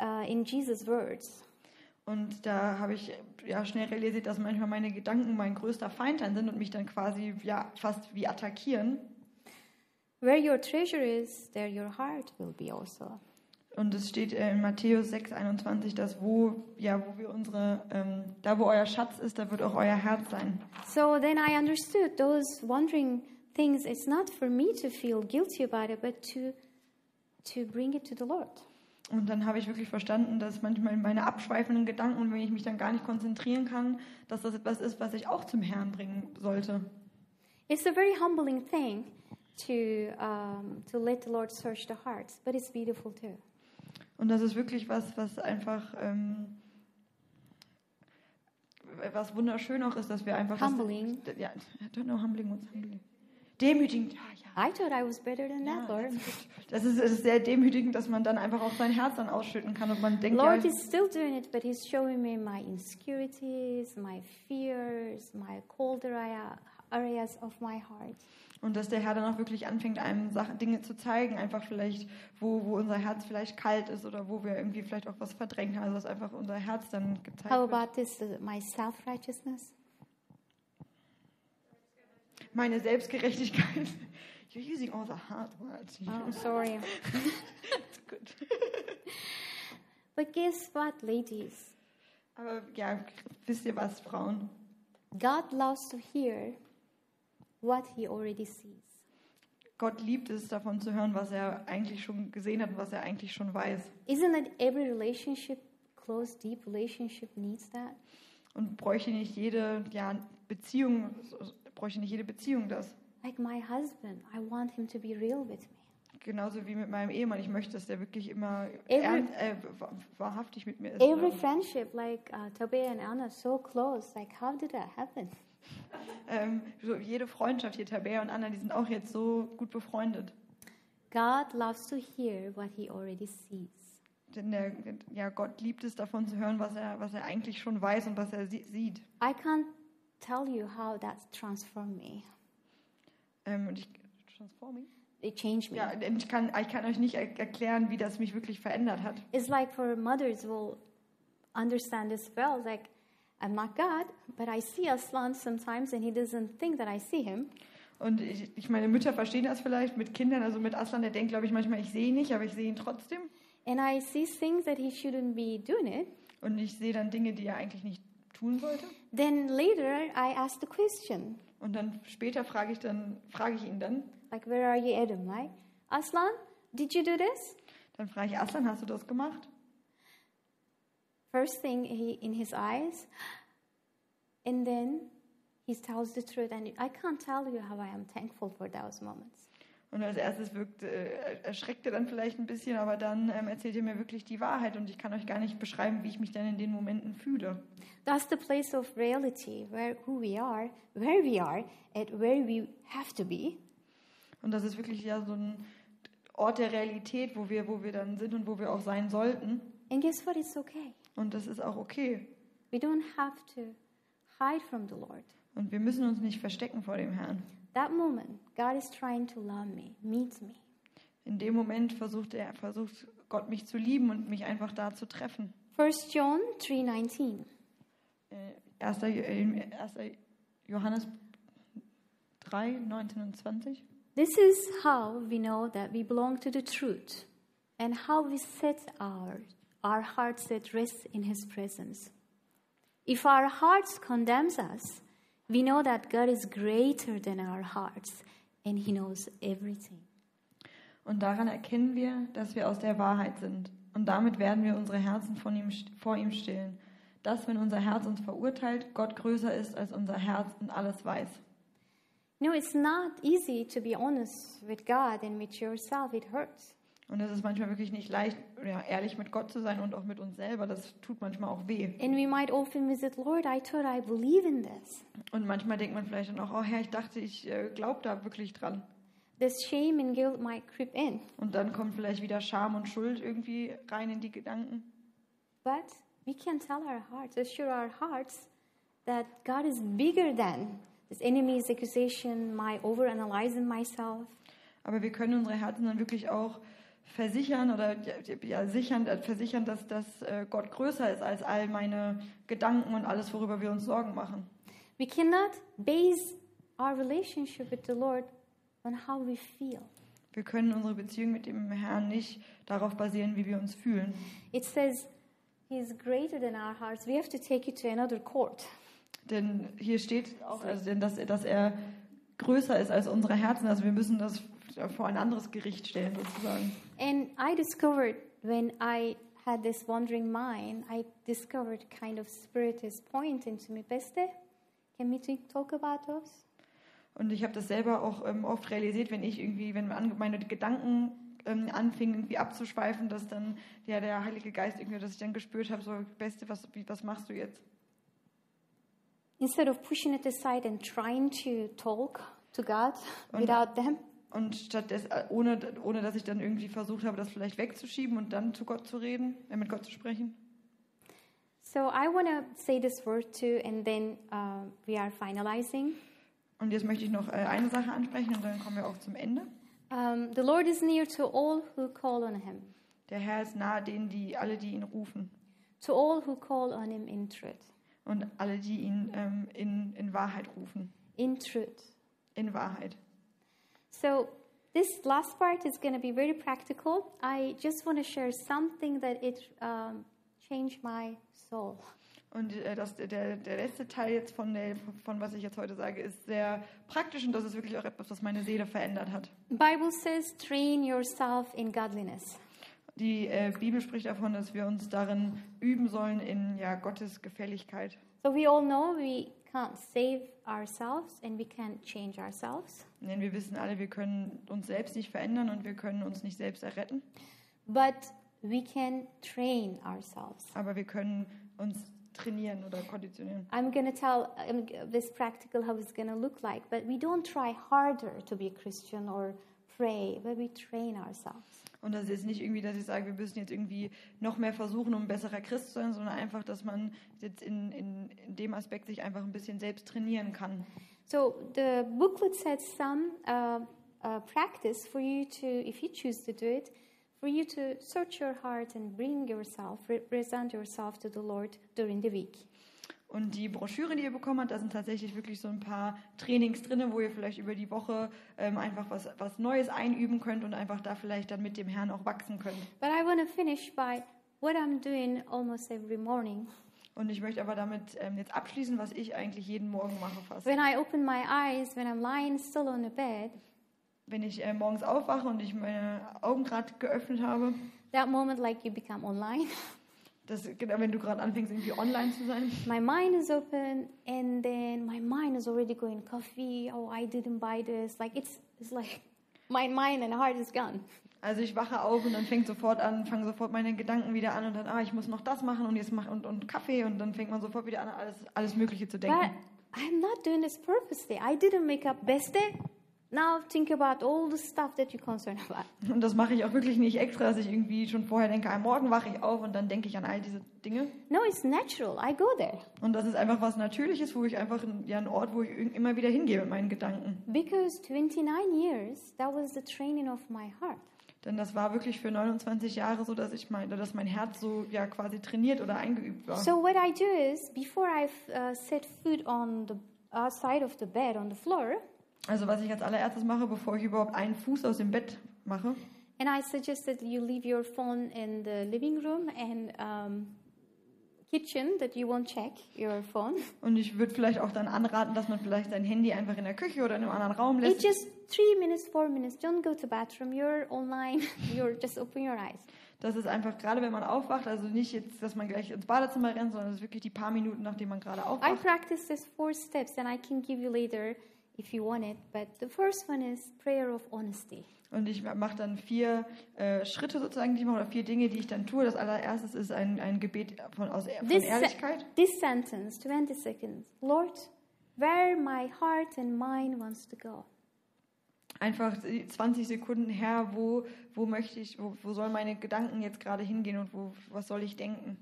S1: uh, in Jesus' words.
S2: Und da habe ich ja schnell realisiert, dass manchmal meine Gedanken mein größter Feind dann sind und mich dann quasi ja fast wie attackieren.
S1: Where your treasure is, there your heart will be also.
S2: Und es steht äh, in Matthäus 6, 21, dass wo, ja, wo wir unsere, ähm, da wo euer Schatz ist, da wird auch euer Herz sein.
S1: So then I understood those wandering things. It's not for me to feel guilty about it, but to to bring it to the Lord.
S2: Und dann habe ich wirklich verstanden, dass manchmal meine abschweifenden Gedanken, und wenn ich mich dann gar nicht konzentrieren kann, dass das etwas ist, was ich auch zum Herrn bringen sollte.
S1: It's a very humbling thing to um, to let the Lord search the hearts, but it's beautiful too.
S2: Und das ist wirklich was, was einfach, ähm, was wunderschön auch ist, dass wir einfach.
S1: Humbling.
S2: Das, ja, I don't know, humbling, what's humbling? Demütigend, ja, ja.
S1: I thought I was better than that, Lord.
S2: Das ist, es ist sehr demütigend, dass man dann einfach auch sein Herz dann ausschütten kann und man denkt,
S1: Lord
S2: ja,
S1: is still doing it, but He's showing me my insecurities, my fears, my cold area, areas of my heart.
S2: und dass der Herr dann auch wirklich anfängt, einem Sachen, Dinge zu zeigen, einfach vielleicht, wo, wo unser Herz vielleicht kalt ist oder wo wir irgendwie vielleicht auch was verdrängt haben, also dass einfach unser Herz dann gezeigt
S1: How
S2: wird.
S1: about this, uh, my self righteousness?
S2: Meine Selbstgerechtigkeit. *laughs* You're using all the hard words.
S1: Oh, sorry.
S2: It's good.
S1: But guess what, ladies?
S2: Aber ja, wisst ihr was, Frauen?
S1: God loves to hear what He already sees.
S2: Gott liebt es, davon zu hören, was er eigentlich schon gesehen hat und was er eigentlich schon weiß.
S1: Isn't it every relationship, close, deep relationship, needs that?
S2: Und bräuchte nicht jede ja, Beziehung, bräuchte nicht jede Beziehung das.
S1: Like my husband, I want him to be real with me.
S2: Genauso wie mit meinem Ehemann. Ich möchte, dass der wirklich immer
S1: Every-
S2: ernst, äh, wa- wahrhaftig mit mir ist.
S1: Every
S2: Oder-
S1: friendship, like uh, Tobey and Anna, so close. Like, how did that happen?
S2: Ähm, so jede Freundschaft hier, Tabea und Anna, die sind auch jetzt so gut befreundet.
S1: God loves to hear what he already sees.
S2: Denn der, ja, Gott liebt es, davon zu hören, was er, was er eigentlich schon weiß und was er sie sieht.
S1: I can't tell you how that transformed me.
S2: Ähm, und ich, transforming?
S1: It changed me.
S2: Ja, und ich kann, ich kann euch nicht er erklären, wie das mich wirklich verändert hat.
S1: It's like for mothers will understand this well. Like, I'm not God, but I see Aslan sometimes, and he doesn't think that I see him.
S2: Und ich, ich meine, Mütter verstehen das vielleicht mit Kindern, also mit Aslan, der denkt, glaube ich, manchmal, ich sehe ihn nicht, aber ich sehe ihn trotzdem.
S1: And I see things that he shouldn't be doing it.
S2: Und ich sehe dann Dinge, die er eigentlich nicht tun sollte.
S1: Then later, I ask the question,
S2: Und dann später frage ich dann, frage ich ihn dann,
S1: like, where are you, Adam? Right? Aslan, did you do this?
S2: dann frage ich Aslan, hast du das gemacht?
S1: first thing he, in his eyes *gasps* and then he tells the truth and i can't tell you how i am thankful for those moments
S2: Und als erstes wirkt, äh, erschreckt er dann vielleicht ein bisschen, aber dann ähm, erzählt er mir wirklich die Wahrheit und ich kann euch gar nicht beschreiben, wie ich mich dann in den Momenten fühle.
S1: that's the place of reality where who we are where we are and where we have to be
S2: Und das ist wirklich ja so ein Ort der Realität, wo wir, wo wir dann sind und wo wir auch sein sollten.
S1: and guess what it's okay
S2: Und das ist auch okay.
S1: we don't have to hide from the lord
S2: Und wir müssen uns nicht verstecken vor dem Herrn.
S1: that moment god is trying to love me meet me
S2: In dem Moment versucht er, versucht Gott mich zu lieben und mich einfach da zu treffen.
S1: 1 john 3.19
S2: Äh, 1. Jo- äh, 1. Johannes 3, 19 und 20.
S1: This is how we know that we belong to the truth and how we set our, our hearts at rest in His presence. If our hearts condemns us, we know that God is greater than our hearts and He knows everything.
S2: Und daran erkennen wir, dass wir aus der Wahrheit sind. Und damit werden wir unsere Herzen von ihm, vor ihm stillen. Dass, wenn unser Herz uns verurteilt, Gott größer ist als unser Herz und alles weiß.
S1: No, it's not easy to be honest with God and with yourself. It hurts.
S2: Und es ist manchmal wirklich nicht leicht, ja, ehrlich mit Gott zu sein und auch mit uns selber. Das tut manchmal auch weh.
S1: And we might often visit, Lord, I thought I believe in this.
S2: Und manchmal denkt man vielleicht dann auch, oh Herr, ich dachte, ich äh, glaube da wirklich dran.
S1: This shame and guilt might creep in.
S2: Und dann kommt vielleicht wieder Scham und Schuld irgendwie rein in die Gedanken.
S1: But we can tell our hearts, assure our hearts that God is bigger than this enemy's accusation, my overanalyzing myself.
S2: Aber wir können unsere Herzen dann wirklich auch versichern oder ja, ja, sichern, äh, versichern, dass, dass äh, Gott größer ist als all meine Gedanken und alles, worüber wir uns Sorgen machen.
S1: We cannot base our relationship with the Lord on how we feel.
S2: Wir können unsere Beziehung mit dem Herrn nicht darauf basieren, wie wir uns fühlen.
S1: It says He is greater than our hearts. We have to take it to another court.
S2: Denn hier steht auch, also, denn dass, dass er größer ist als unsere Herzen. Also wir müssen das vor ein anderes Gericht stellen sozusagen.
S1: And I discovered when I had this wandering mind, I discovered kind of spirit is pointing to me. Beste, can we t- talk about those?
S2: Und ich habe das selber auch ähm, oft realisiert, wenn ich irgendwie, wenn ange- meine Gedanken ähm, anfingen irgendwie abzuschweifen, dass dann ja, der Heilige Geist irgendwie, dass ich dann gespürt habe, so Beste, was, wie, was machst du jetzt?
S1: Instead of pushing it aside and trying to talk to God
S2: Und-
S1: without them,
S2: Und stattdessen, äh, ohne, ohne dass ich dann irgendwie versucht habe, das vielleicht wegzuschieben und dann zu Gott zu reden, äh, mit Gott zu sprechen.
S1: So I want to say this word too, and then uh, we are finalizing.
S2: Und jetzt möchte ich noch äh, eine Sache ansprechen und dann kommen wir auch zum Ende.
S1: Um, the Lord is near to all who call on Him,
S2: Der Herr ist nahe denen, die alle, die ihn rufen
S1: to all who call on Him in truth.
S2: und alle, die ihn ähm, in, in Wahrheit rufen.
S1: In truth.
S2: In Wahrheit.
S1: So this last part is going to be very practical. I just want to share something that it um, changed my soul.
S2: Und äh, das, der, der letzte Teil jetzt von, der, von was ich jetzt heute sage, ist sehr praktisch und das ist wirklich auch etwas, was meine Seele verändert hat.
S1: Bible says, "Train yourself in godliness."
S2: Die äh, Bibel spricht davon, dass wir uns darin üben sollen in ja, Gottes Gefälligkeit.
S1: So we all know we can't save ourselves and we can't change ourselves.
S2: Denn wir wissen alle, wir können uns selbst nicht verändern und wir können uns nicht selbst erretten,
S1: But we can train ourselves.
S2: aber wir können uns trainieren oder konditionieren.
S1: I'm going to tell um, this practical how it's going to look like, but we don't try harder to be a Christian or pray, but we train ourselves.
S2: Und das ist nicht irgendwie, dass ich sage, wir müssen jetzt irgendwie noch mehr versuchen, um ein besserer Christ zu sein, sondern einfach, dass man jetzt in, in, in dem Aspekt sich einfach ein bisschen selbst trainieren kann.
S1: So the booklet says some uh, uh, practice for you to, if you choose to do it, for you to search your heart and bring yourself, re- present yourself to the Lord during the week.
S2: Und die Broschüre, die ihr bekommen habt, da sind tatsächlich wirklich so ein paar Trainings drin, wo ihr vielleicht über die Woche ähm, einfach was, was Neues einüben könnt und einfach da vielleicht dann mit dem Herrn auch wachsen könnt.
S1: But I want to finish by what I'm doing almost every morning.
S2: Und ich möchte aber damit ähm, jetzt abschließen, was ich eigentlich jeden Morgen mache fast.
S1: When I open my eyes, when I'm lying still on the bed,
S2: Wenn ich äh, morgens aufwache und ich meine Augen gerade geöffnet habe,
S1: that moment like you become online *laughs*
S2: das, genau, wenn du gerade anfängst, irgendwie online zu sein,
S1: my mind is open and then my mind is already going coffee oh i didn't buy this like it's it's like *laughs* my mind and heart is gone
S2: Also ich wache auf und dann fängt sofort an, fangen sofort meine Gedanken wieder an und dann, ah, ich muss noch das machen und jetzt mach und, und Kaffee und dann fängt man sofort wieder an, alles, alles Mögliche zu denken.
S1: but i'm not doing this purposely i didn't make up best day now think about all the stuff that you're concerned *laughs* about
S2: Und das mache ich auch wirklich nicht extra, dass ich irgendwie schon vorher denke, ah, morgen wache ich auf und dann denke ich an all diese Dinge.
S1: no it's natural i go there
S2: Und das ist einfach was Natürliches, wo ich einfach, ein- ja, ein Ort, wo ich irg- immer wieder hingehe mit meinen Gedanken.
S1: because 29 years that was the training of my heart
S2: Denn das war wirklich für 29 Jahre so, dass ich mein, dass mein Herz so, ja, quasi trainiert oder eingeübt war.
S1: so what i do is before i uh, set foot on the outside of the bed on the floor
S2: Also was ich als allererstes mache, bevor ich überhaupt einen Fuß aus dem Bett mache,
S1: And I suggest that you leave your phone in the living room and um, kitchen that you won't check your phone.
S2: Und ich würde vielleicht auch dann anraten, dass man vielleicht sein Handy einfach in der Küche oder in einem anderen Raum
S1: It's
S2: lässt,
S1: just three minutes, four minutes. Don't go to bathroom. You're online. *laughs* You're just open your eyes.
S2: dass es einfach gerade, wenn man aufwacht, also nicht jetzt, dass man gleich ins Badezimmer rennt, sondern es ist wirklich die paar Minuten, nachdem man gerade
S1: I
S2: aufwacht.
S1: practice these four steps, and I can give you later if you want it. But the first one is prayer of honesty.
S2: Und ich mache dann vier äh, Schritte sozusagen, die ich mache, oder vier Dinge, die ich dann tue. Das allererstes ist ein, ein Gebet von, aus, von
S1: This,
S2: Ehrlichkeit.
S1: this sentence, 20 seconds. Lord, where my heart and mind wants to go.
S2: Einfach die 20 Sekunden her, wo, wo möchte ich, wo, wo sollen meine Gedanken jetzt gerade hingehen und wo, was soll ich denken?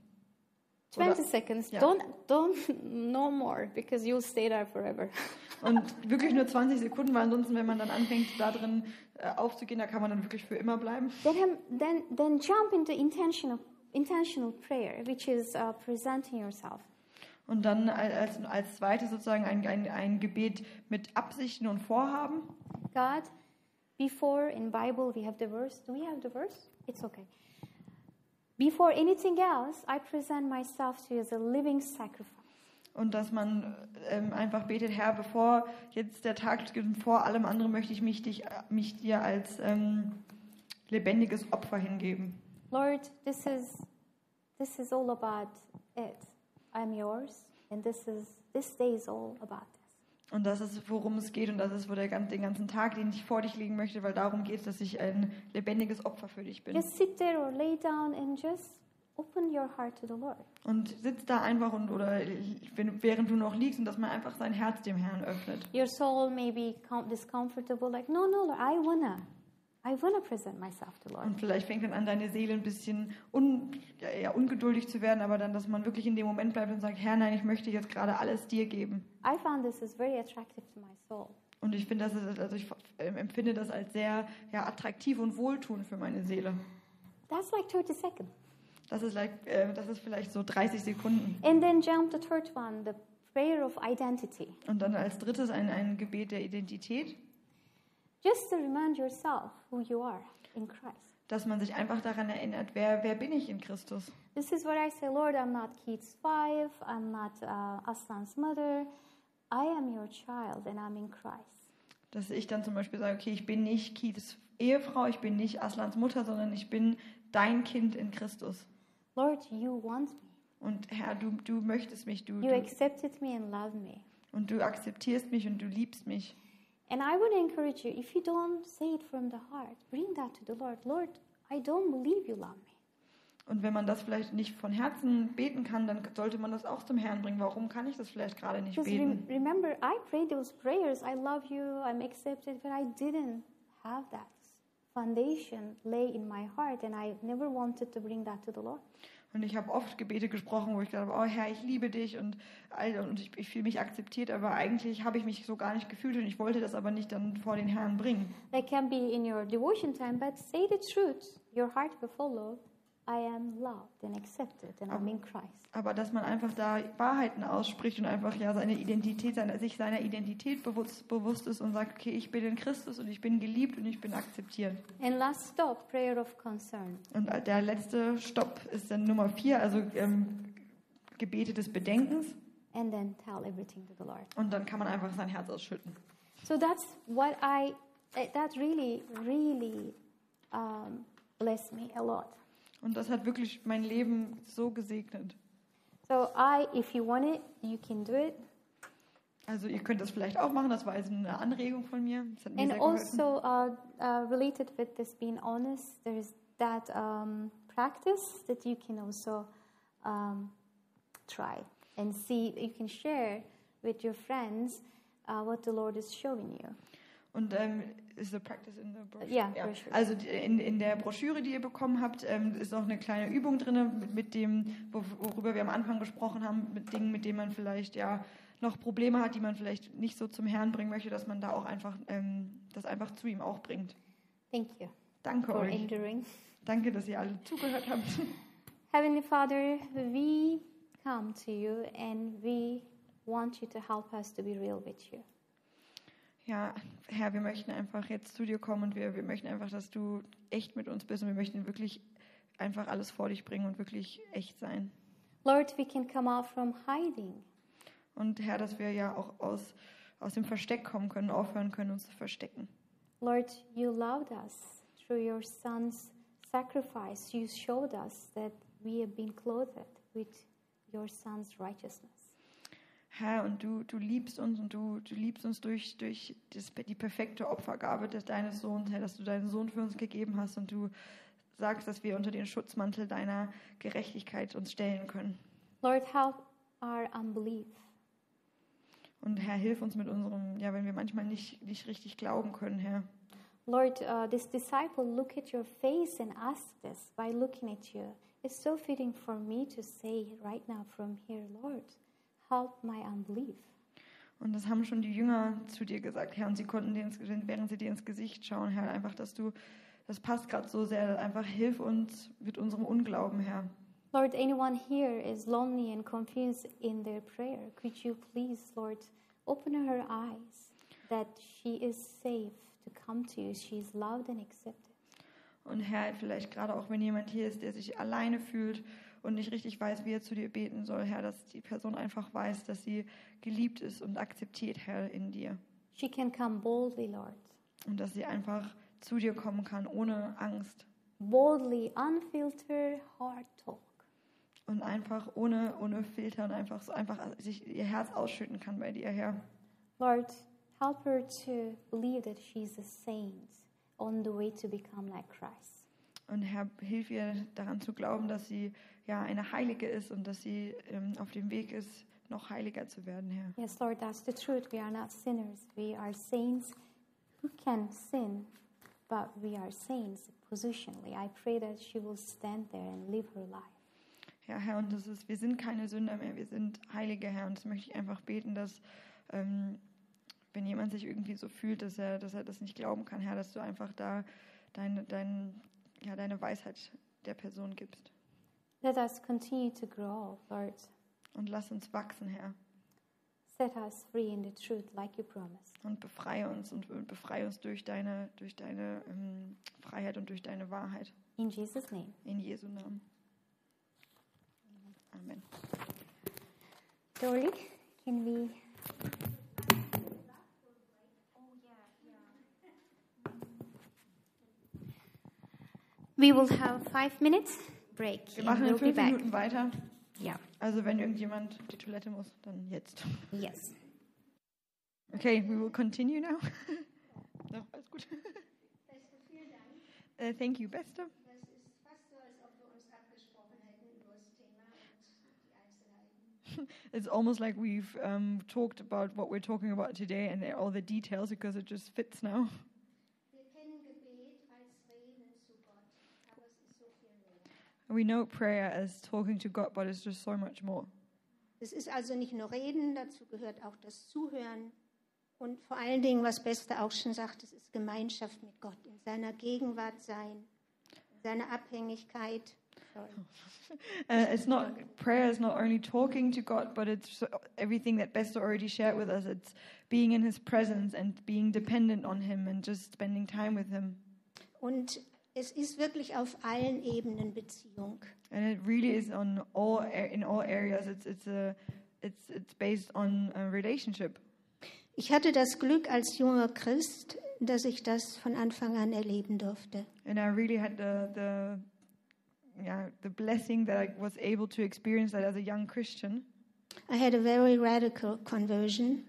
S1: 20
S2: Oder-
S1: seconds.
S2: Yeah.
S1: Don't, don't, *laughs* no more, because you'll stay there forever.
S2: Und wirklich nur 20 Sekunden, weil ansonsten, wenn man dann anfängt, da drin äh, aufzugehen, da kann man dann wirklich für immer bleiben.
S1: then, hem- then, then jump into intentional, intentional prayer, which is uh, presenting yourself.
S2: Und dann äh, als, als zweites sozusagen ein, ein, ein Gebet mit Absichten und Vorhaben.
S1: God, before in Bible we have the verse. Do we have the verse? It's okay. Before anything else, I present myself to you as a living sacrifice.
S2: Und dass man ähm, einfach betet, Herr, bevor jetzt der Tag, beginnt, vor allem anderen möchte ich mich, dich, mich dir als ähm, lebendiges Opfer hingeben.
S1: Lord, this is this is all about it. I'm yours, and this is this day is all about this.
S2: Und das ist, worum es geht und das ist, wo der, gan- den ganzen Tag, den ich vor dich legen möchte, weil darum geht es, dass ich ein lebendiges Opfer für dich bin.
S1: Just sit there or lay down and just open your heart to the Lord.
S2: Und sitz da einfach und oder wenn, während du noch liegst und dass man einfach sein Herz dem Herrn öffnet.
S1: Your soul may be com- discomfortable, like no, no, Lord, I wanna, I wanna present myself to Lord.
S2: Und vielleicht fängt dann an, deine Seele ein bisschen un, ja, ja, ungeduldig zu werden, aber dann, dass man wirklich in dem Moment bleibt und sagt, Herr, nein, ich möchte jetzt gerade alles dir geben.
S1: I found this is very attractive to my soul.
S2: Und ich finde, das ist, also ich ähm, empfinde das als sehr ja, attraktiv und wohltuend für meine Seele.
S1: That's like 30 seconds.
S2: Das ist, like, äh, das ist vielleicht so 30 Sekunden.
S1: And then jump the third one, the prayer of identity.
S2: Und dann als drittes ein, ein Gebet der Identität,
S1: Just to remind yourself who you are in Christ.
S2: dass man sich einfach daran erinnert, wer, wer bin ich in Christus?
S1: This is what I say, Lord, I'm not Keith's wife, I'm not uh, Aslan's mother. I am your child and I'm in Christ.
S2: Dass ich dann zum Beispiel sage, okay, ich bin nicht Keiths Ehefrau, ich bin nicht Aslans Mutter, sondern ich bin dein Kind in Christus.
S1: Lord, you want me.
S2: Und Herr, du, du möchtest mich, du,
S1: You
S2: du
S1: accepted me and loved me.
S2: und du akzeptierst mich und du liebst mich.
S1: And I would encourage you, if you don't say it from the heart, bring that to the Lord. Lord, I don't believe you love me.
S2: Und wenn man das vielleicht nicht von Herzen beten kann, dann sollte man das auch zum Herrn bringen. Warum kann ich das vielleicht gerade nicht
S1: Because rem-
S2: beten?
S1: remember, I prayed those prayers. I love you. I'm accepted, but I didn't have that foundation lay in my heart, and I never wanted to bring that to the Lord.
S2: Und ich habe oft Gebete gesprochen, wo ich gedacht habe, oh Herr, ich liebe dich und, all- und ich, ich fühle mich akzeptiert, aber eigentlich habe ich mich so gar nicht gefühlt und ich wollte das aber nicht dann vor den Herrn bringen.
S1: That can be in your devotion time, but say the truth. Your heart will follow. I am loved and accepted, and I'm in Christ.
S2: Aber dass man einfach da Wahrheiten ausspricht und einfach ja seine Identität, seine, sich seiner Identität bewusst, bewusst ist und sagt, okay, ich bin in Christus und ich bin geliebt und ich bin akzeptiert.
S1: And last stop, prayer of concern.
S2: Und der letzte Stopp ist dann Nummer vier, also ähm, Gebete des Bedenkens.
S1: And then tell everything to the Lord.
S2: Und dann kann man einfach sein Herz ausschütten.
S1: So that's what I, eh, that really, really um, blessed me a lot.
S2: Und das hat wirklich mein Leben so gesegnet.
S1: So I, if you want it, you can do it.
S2: Also ihr könnt das vielleicht auch machen, das war jetzt eine Anregung von mir. Das hat mir
S1: And
S2: sehr geholfen.
S1: also uh, uh, related with this being honest, there is that um, practice that you can also um, try and see. You can share with your friends uh, what the Lord is showing you.
S2: Und ähm, is the practice in the brochure?
S1: Ja, brochure.
S2: Also die, in, in der Broschüre, die ihr bekommen habt, ähm, ist noch eine kleine Übung drin, mit, mit dem, wo- worüber wir am Anfang gesprochen haben, mit Dingen, mit denen man vielleicht ja noch Probleme hat, die man vielleicht nicht so zum Herrn bringen möchte, dass man da auch einfach ähm, das einfach zu ihm auch bringt.
S1: Thank you
S2: Danke
S1: for
S2: euch.
S1: enduring.
S2: Danke, dass ihr alle zugehört habt.
S1: Heavenly Father, we come to you and we want you to help us to be real with you.
S2: Ja, Herr, wir möchten einfach jetzt zu dir kommen und wir, wir möchten einfach, dass du echt mit uns bist und wir möchten wirklich einfach alles vor dich bringen und wirklich echt sein.
S1: Lord, we can come out from hiding.
S2: Und Herr, dass wir ja auch aus, aus dem Versteck kommen können, aufhören können, uns zu verstecken.
S1: Lord, you loved us through your Son's sacrifice. You showed us that we have been clothed with your Son's righteousness.
S2: Herr, und du, du liebst uns und du, du liebst uns durch, durch das, die perfekte Opfergabe des, deines Sohnes, Herr, dass du deinen Sohn für uns gegeben hast und du sagst, dass wir unter den Schutzmantel deiner Gerechtigkeit uns stellen können.
S1: Lord, help our unbelief.
S2: Und Herr, hilf uns mit unserem, ja, wenn wir manchmal nicht, nicht richtig glauben können, Herr.
S1: Lord, uh, this disciple looked at your face and asked this by looking at you. It's so fitting for me to say right now from here, Lord, help my unbelief.
S2: Und das haben schon die Jünger zu dir gesagt, Herr. Und sie konnten dir, ins, während sie dir ins Gesicht schauen, Herr, einfach, dass du, das passt gerade so sehr, einfach hilf uns mit unserem Unglauben, Herr.
S1: Lord, anyone here is lonely and confused in their prayer. Could you please, Lord, open her eyes that she is safe to come to you? She is loved and accepted.
S2: Und Herr, vielleicht gerade auch wenn jemand hier ist, der sich alleine fühlt und nicht richtig weiß, wie er zu dir beten soll, Herr, dass die Person einfach weiß, dass sie geliebt ist und akzeptiert, Herr, in dir.
S1: She can come boldly, Lord,
S2: Und dass sie einfach zu dir kommen kann, ohne Angst
S1: boldly, unfiltered, hard talk.
S2: und einfach ohne, ohne Filter und einfach so einfach sich ihr Herz ausschütten kann bei dir, Herr.
S1: Lord, help her to believe that she is a saint on the way to become like Christ.
S2: Und Herr, hilf ihr daran zu glauben, dass sie ja eine Heilige ist und dass sie ähm, auf dem Weg ist, noch heiliger zu werden, Herr.
S1: Yes, Lord, that's the truth. We are not sinners. We are saints who can sin, but we are saints positionally. I pray that she will stand there and live her life.
S2: Ja, Herr, und das ist, wir sind keine Sünder mehr, wir sind Heilige, Herr. Und das möchte ich einfach beten, dass ähm, wenn jemand sich irgendwie so fühlt, dass er, dass er das nicht glauben kann, Herr, dass du einfach da deine, dein, ja, deine Weisheit der Person gibst.
S1: Let us continue to grow, Lord.
S2: Und lass uns wachsen, Herr.
S1: Set us free in the truth like you promised.
S2: Und befreie uns und befreie uns durch deine, durch deine ähm, Freiheit und durch deine Wahrheit.
S1: In Jesus' name.
S2: In Jesu Namen. Amen.
S1: Dolly, can we? We will have five minutes break
S2: Wir
S1: and
S2: machen
S1: we'll
S2: in
S1: be
S2: fünf
S1: back.
S2: Minuten weiter.
S1: Yeah.
S2: Also wenn irgendjemand auf die Toilette muss, dann jetzt.
S1: Yes.
S2: Okay, we will continue now. *laughs* Noch alles gut.
S3: Beste, vielen Dank.
S2: Äh, thank you, Beste.
S3: Das ist fast so, als ob wir uns abgesprochen hätten über das Thema und die Einzelheiten.
S2: *laughs* It's almost like we've um, talked about what we're talking about today and all the details because it just fits now.
S3: Wir kennen Gebet als Reden zu Gott, aber es ist so viel mehr.
S2: We know prayer as talking to God, but it's just so much more.
S3: Es ist also nicht nur Reden, dazu gehört auch das Zuhören. Und vor allen Dingen, was Beste auch schon sagt, es ist Gemeinschaft mit Gott, in seiner Gegenwart sein, in seiner Abhängigkeit. Sorry.
S2: Uh, it's not prayer is not only talking to God, but it's so- everything that Beste already shared with us. It's being in His presence and being dependent on Him and just spending time with Him.
S3: Und es ist wirklich auf allen Ebenen Beziehung.
S2: and it really is on all a- in all areas. It's it's a it's it's based on a relationship.
S3: Ich hatte das Glück als junger Christ, dass ich das von Anfang an erleben durfte.
S2: And I really had the the yeah the blessing that I was able to experience that as a young Christian.
S3: I had a very radical conversion.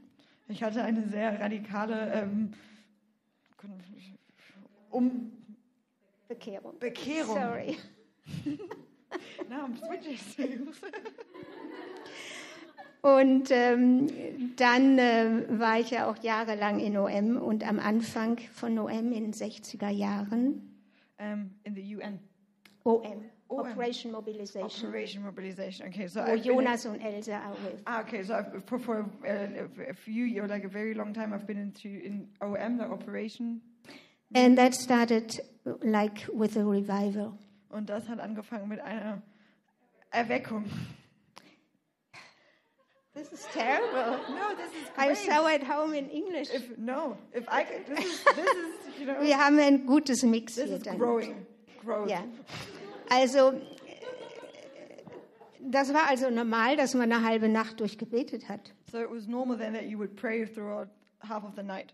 S2: Ich hatte eine sehr radikale ähm, Kon- um
S3: Bekehrung.
S2: Bekehrung.
S3: Sorry.
S2: Now I'm switching. *laughs*
S3: Und ähm, dann äh, war ich ja auch jahrelang in OM und am Anfang von OM in den 60er Jahren.
S2: um, in the UN
S3: OM,
S2: OM.
S3: Operation Mobilization,
S2: Operation Mobilization. Okay, so
S3: wo
S2: I've been in-
S3: Jonas und Elsa auch with.
S2: Ah, okay. So I've, for, for uh, a, a few years, like a very long time, I've been into in OM, the Operation
S3: And that started like with a revival.
S2: Und das hat angefangen mit einer Erweckung.
S3: This is terrible.
S2: No, this is
S3: I'm
S2: great.
S3: so at home in English.
S2: if, no, if I can, this is, this is *laughs* you know,
S3: Wir haben ein gutes Mix
S2: this
S3: hier
S2: is
S3: dann.
S2: growing, growth.
S3: Ja. Also, äh, das war also normal, dass man eine halbe Nacht durchgebetet hat.
S2: So it was normal then that you would pray throughout half of the night.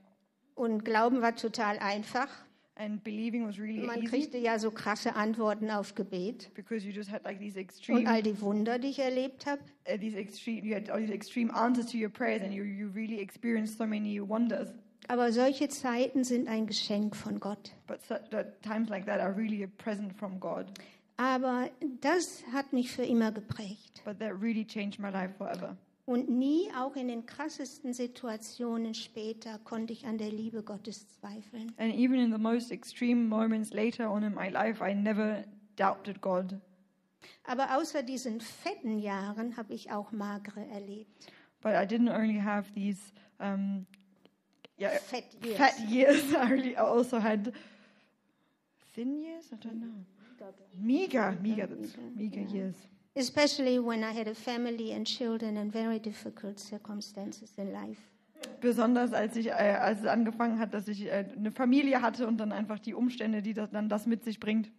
S3: Und Glauben war total einfach.
S2: and believing was really
S3: Man
S2: easy
S3: kriegte ja so krasse Antworten auf Gebet
S2: because you just had like these extreme,
S3: und
S2: uh,
S3: all die Wunder, die ich erlebt habe.
S2: these extreme, you had all these extreme answers to your prayers, and you you really experienced so many wonders.
S3: Aber solche Zeiten sind ein Geschenk von Gott.
S2: But such, that times like that are really a present from God.
S3: Aber das hat mich für immer geprägt.
S2: But that really changed my life forever.
S3: Und nie, auch in den krassesten Situationen später, konnte ich an der Liebe Gottes zweifeln.
S2: And even in the most extreme moments later on in my life, I never doubted God.
S3: Aber außer diesen fetten Jahren habe ich auch magere erlebt.
S2: But I didn't only have these um, yeah,
S3: Fat years.
S2: fat Äh, years. *laughs* I really I also had thin years. I don't know. Meager, meager, that's meager years.
S3: Especially when I had a family and children and very difficult circumstances in life.
S2: Besonders als ich, äh, als es angefangen hat, dass ich äh, eine Familie hatte und dann einfach die Umstände, die das dann das mit sich bringt.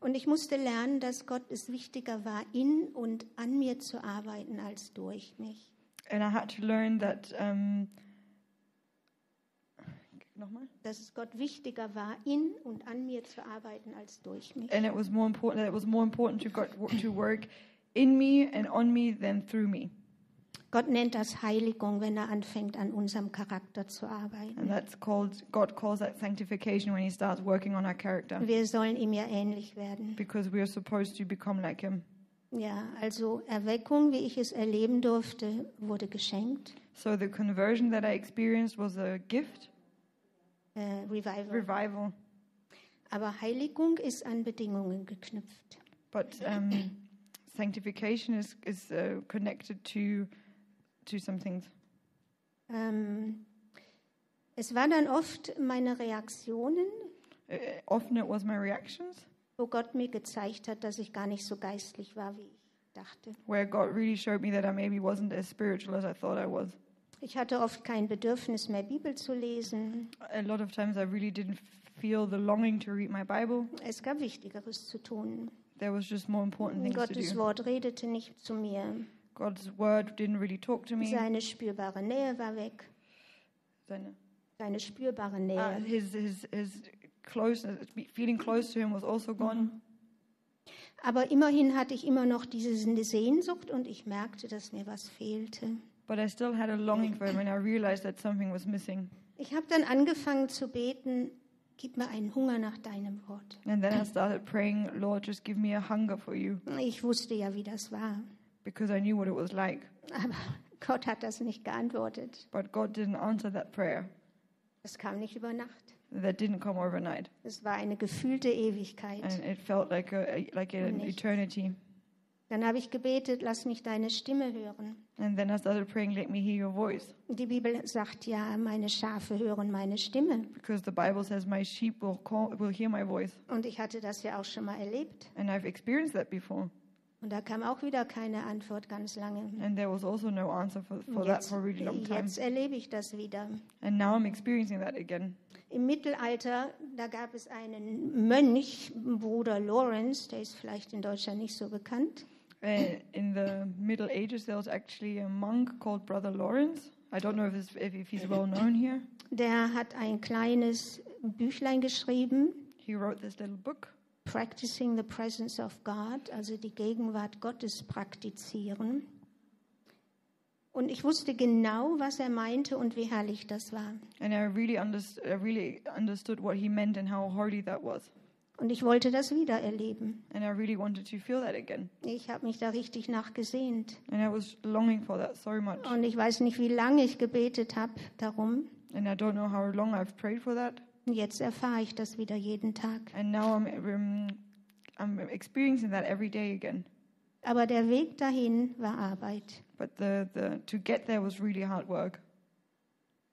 S3: Und ich musste lernen, dass Gott es wichtiger war, in und an mir zu arbeiten, als durch mich.
S2: And I had to learn that. Um, nochmal.
S3: Dass es Gott wichtiger war, in und an mir zu arbeiten, als durch mich.
S2: and it was more important that it was more important to God to work in me and on me than through me.
S3: Gott nennt das Heiligung, wenn er anfängt, an unserem Charakter zu arbeiten.
S2: And that's called God calls that sanctification when He starts working on our character
S3: Wir sollen ihm ja ähnlich werden.
S2: because we are supposed to become like Him.
S3: Ja, also Erweckung, wie ich es erleben durfte, wurde geschenkt.
S2: So the conversion that I experienced was a gift,
S3: Äh, Revival.
S2: revival,
S3: Aber Heiligung ist an Bedingungen geknüpft.
S2: but um, sanctification is is uh, connected to to some things.
S3: Ähm, es war dann oft meine Reaktionen,
S2: Uh, often it was my reactions
S3: wo Gott mir gezeigt hat, dass ich gar nicht so geistlich war, wie ich dachte.
S2: where God really showed me that I maybe wasn't as spiritual as I thought I was.
S3: Ich hatte oft kein Bedürfnis mehr, Bibel zu lesen.
S2: a lot of times I really didn't feel the longing to read my Bible.
S3: Es gab Wichtigeres zu tun.
S2: There was just more important things to
S3: Gottes
S2: do.
S3: Wort redete nicht zu mir.
S2: God's word didn't really talk to me.
S3: Seine spürbare Nähe war weg.
S2: Then,
S3: Seine spürbare
S2: uh,
S3: Nähe.
S2: his his his closeness, feeling close to him, was also gone.
S3: Aber immerhin hatte ich immer noch diese Sehnsucht und ich merkte, dass mir was fehlte.
S2: But I still had a longing for him, and I realized that something was missing.
S3: Ich habe dann angefangen zu beten, gib mir einen Hunger nach deinem Wort.
S2: And then I started praying, Lord, just give me a hunger for you,
S3: Ich wusste ja, wie das war,
S2: because I knew what it was like.
S3: aber *laughs* Gott hat das nicht geantwortet.
S2: But God didn't answer that prayer.
S3: Das kam nicht über Nacht.
S2: That didn't come overnight,
S3: Es war eine gefühlte Ewigkeit.
S2: and it felt like a like an
S3: Nicht.
S2: eternity.
S3: Dann habe ich gebetet, lass mich deine Stimme hören.
S2: And then I started praying, let me hear your voice.
S3: Die Bibel sagt ja, meine Schafe hören meine Stimme.
S2: because the Bible says, "My sheep will call, will hear my voice,"
S3: Und ich hatte das ja auch schon mal erlebt.
S2: and I've experienced that before.
S3: Und da kam auch wieder keine Antwort ganz lange.
S2: And there was also no answer for, for that
S3: Jetzt,
S2: for a really long time.
S3: jetzt erlebe ich das wieder.
S2: And now I'm experiencing that again.
S3: Im Mittelalter, da gab es einen Mönch, Bruder Lawrence, der ist vielleicht in Deutschland nicht so bekannt.
S2: Uh, in the Middle Ages, there was actually a monk called Brother Lawrence. I don't know if, it's, if, if he's well known here.
S3: Der hat ein kleines Büchlein geschrieben,
S2: He wrote this little book
S3: Practicing the Presence of God, also die Gegenwart Gottes praktizieren. Und ich wusste genau, was er meinte und wie herrlich das war.
S2: and I really, underst- I really understood what he meant and how holy that was.
S3: Und ich wollte das wieder erleben.
S2: And I really wanted to feel that again.
S3: Ich habe mich da richtig nachgesehnt.
S2: And I was longing for that so much.
S3: Und ich weiß nicht, wie lange ich gebetet habe darum.
S2: And I don't know how long I've prayed for that.
S3: Und jetzt erfahre ich das wieder jeden Tag.
S2: And now I'm um, I'm experiencing that every day again.
S3: Aber der Weg dahin war Arbeit.
S2: But the, the to get there was really hard work.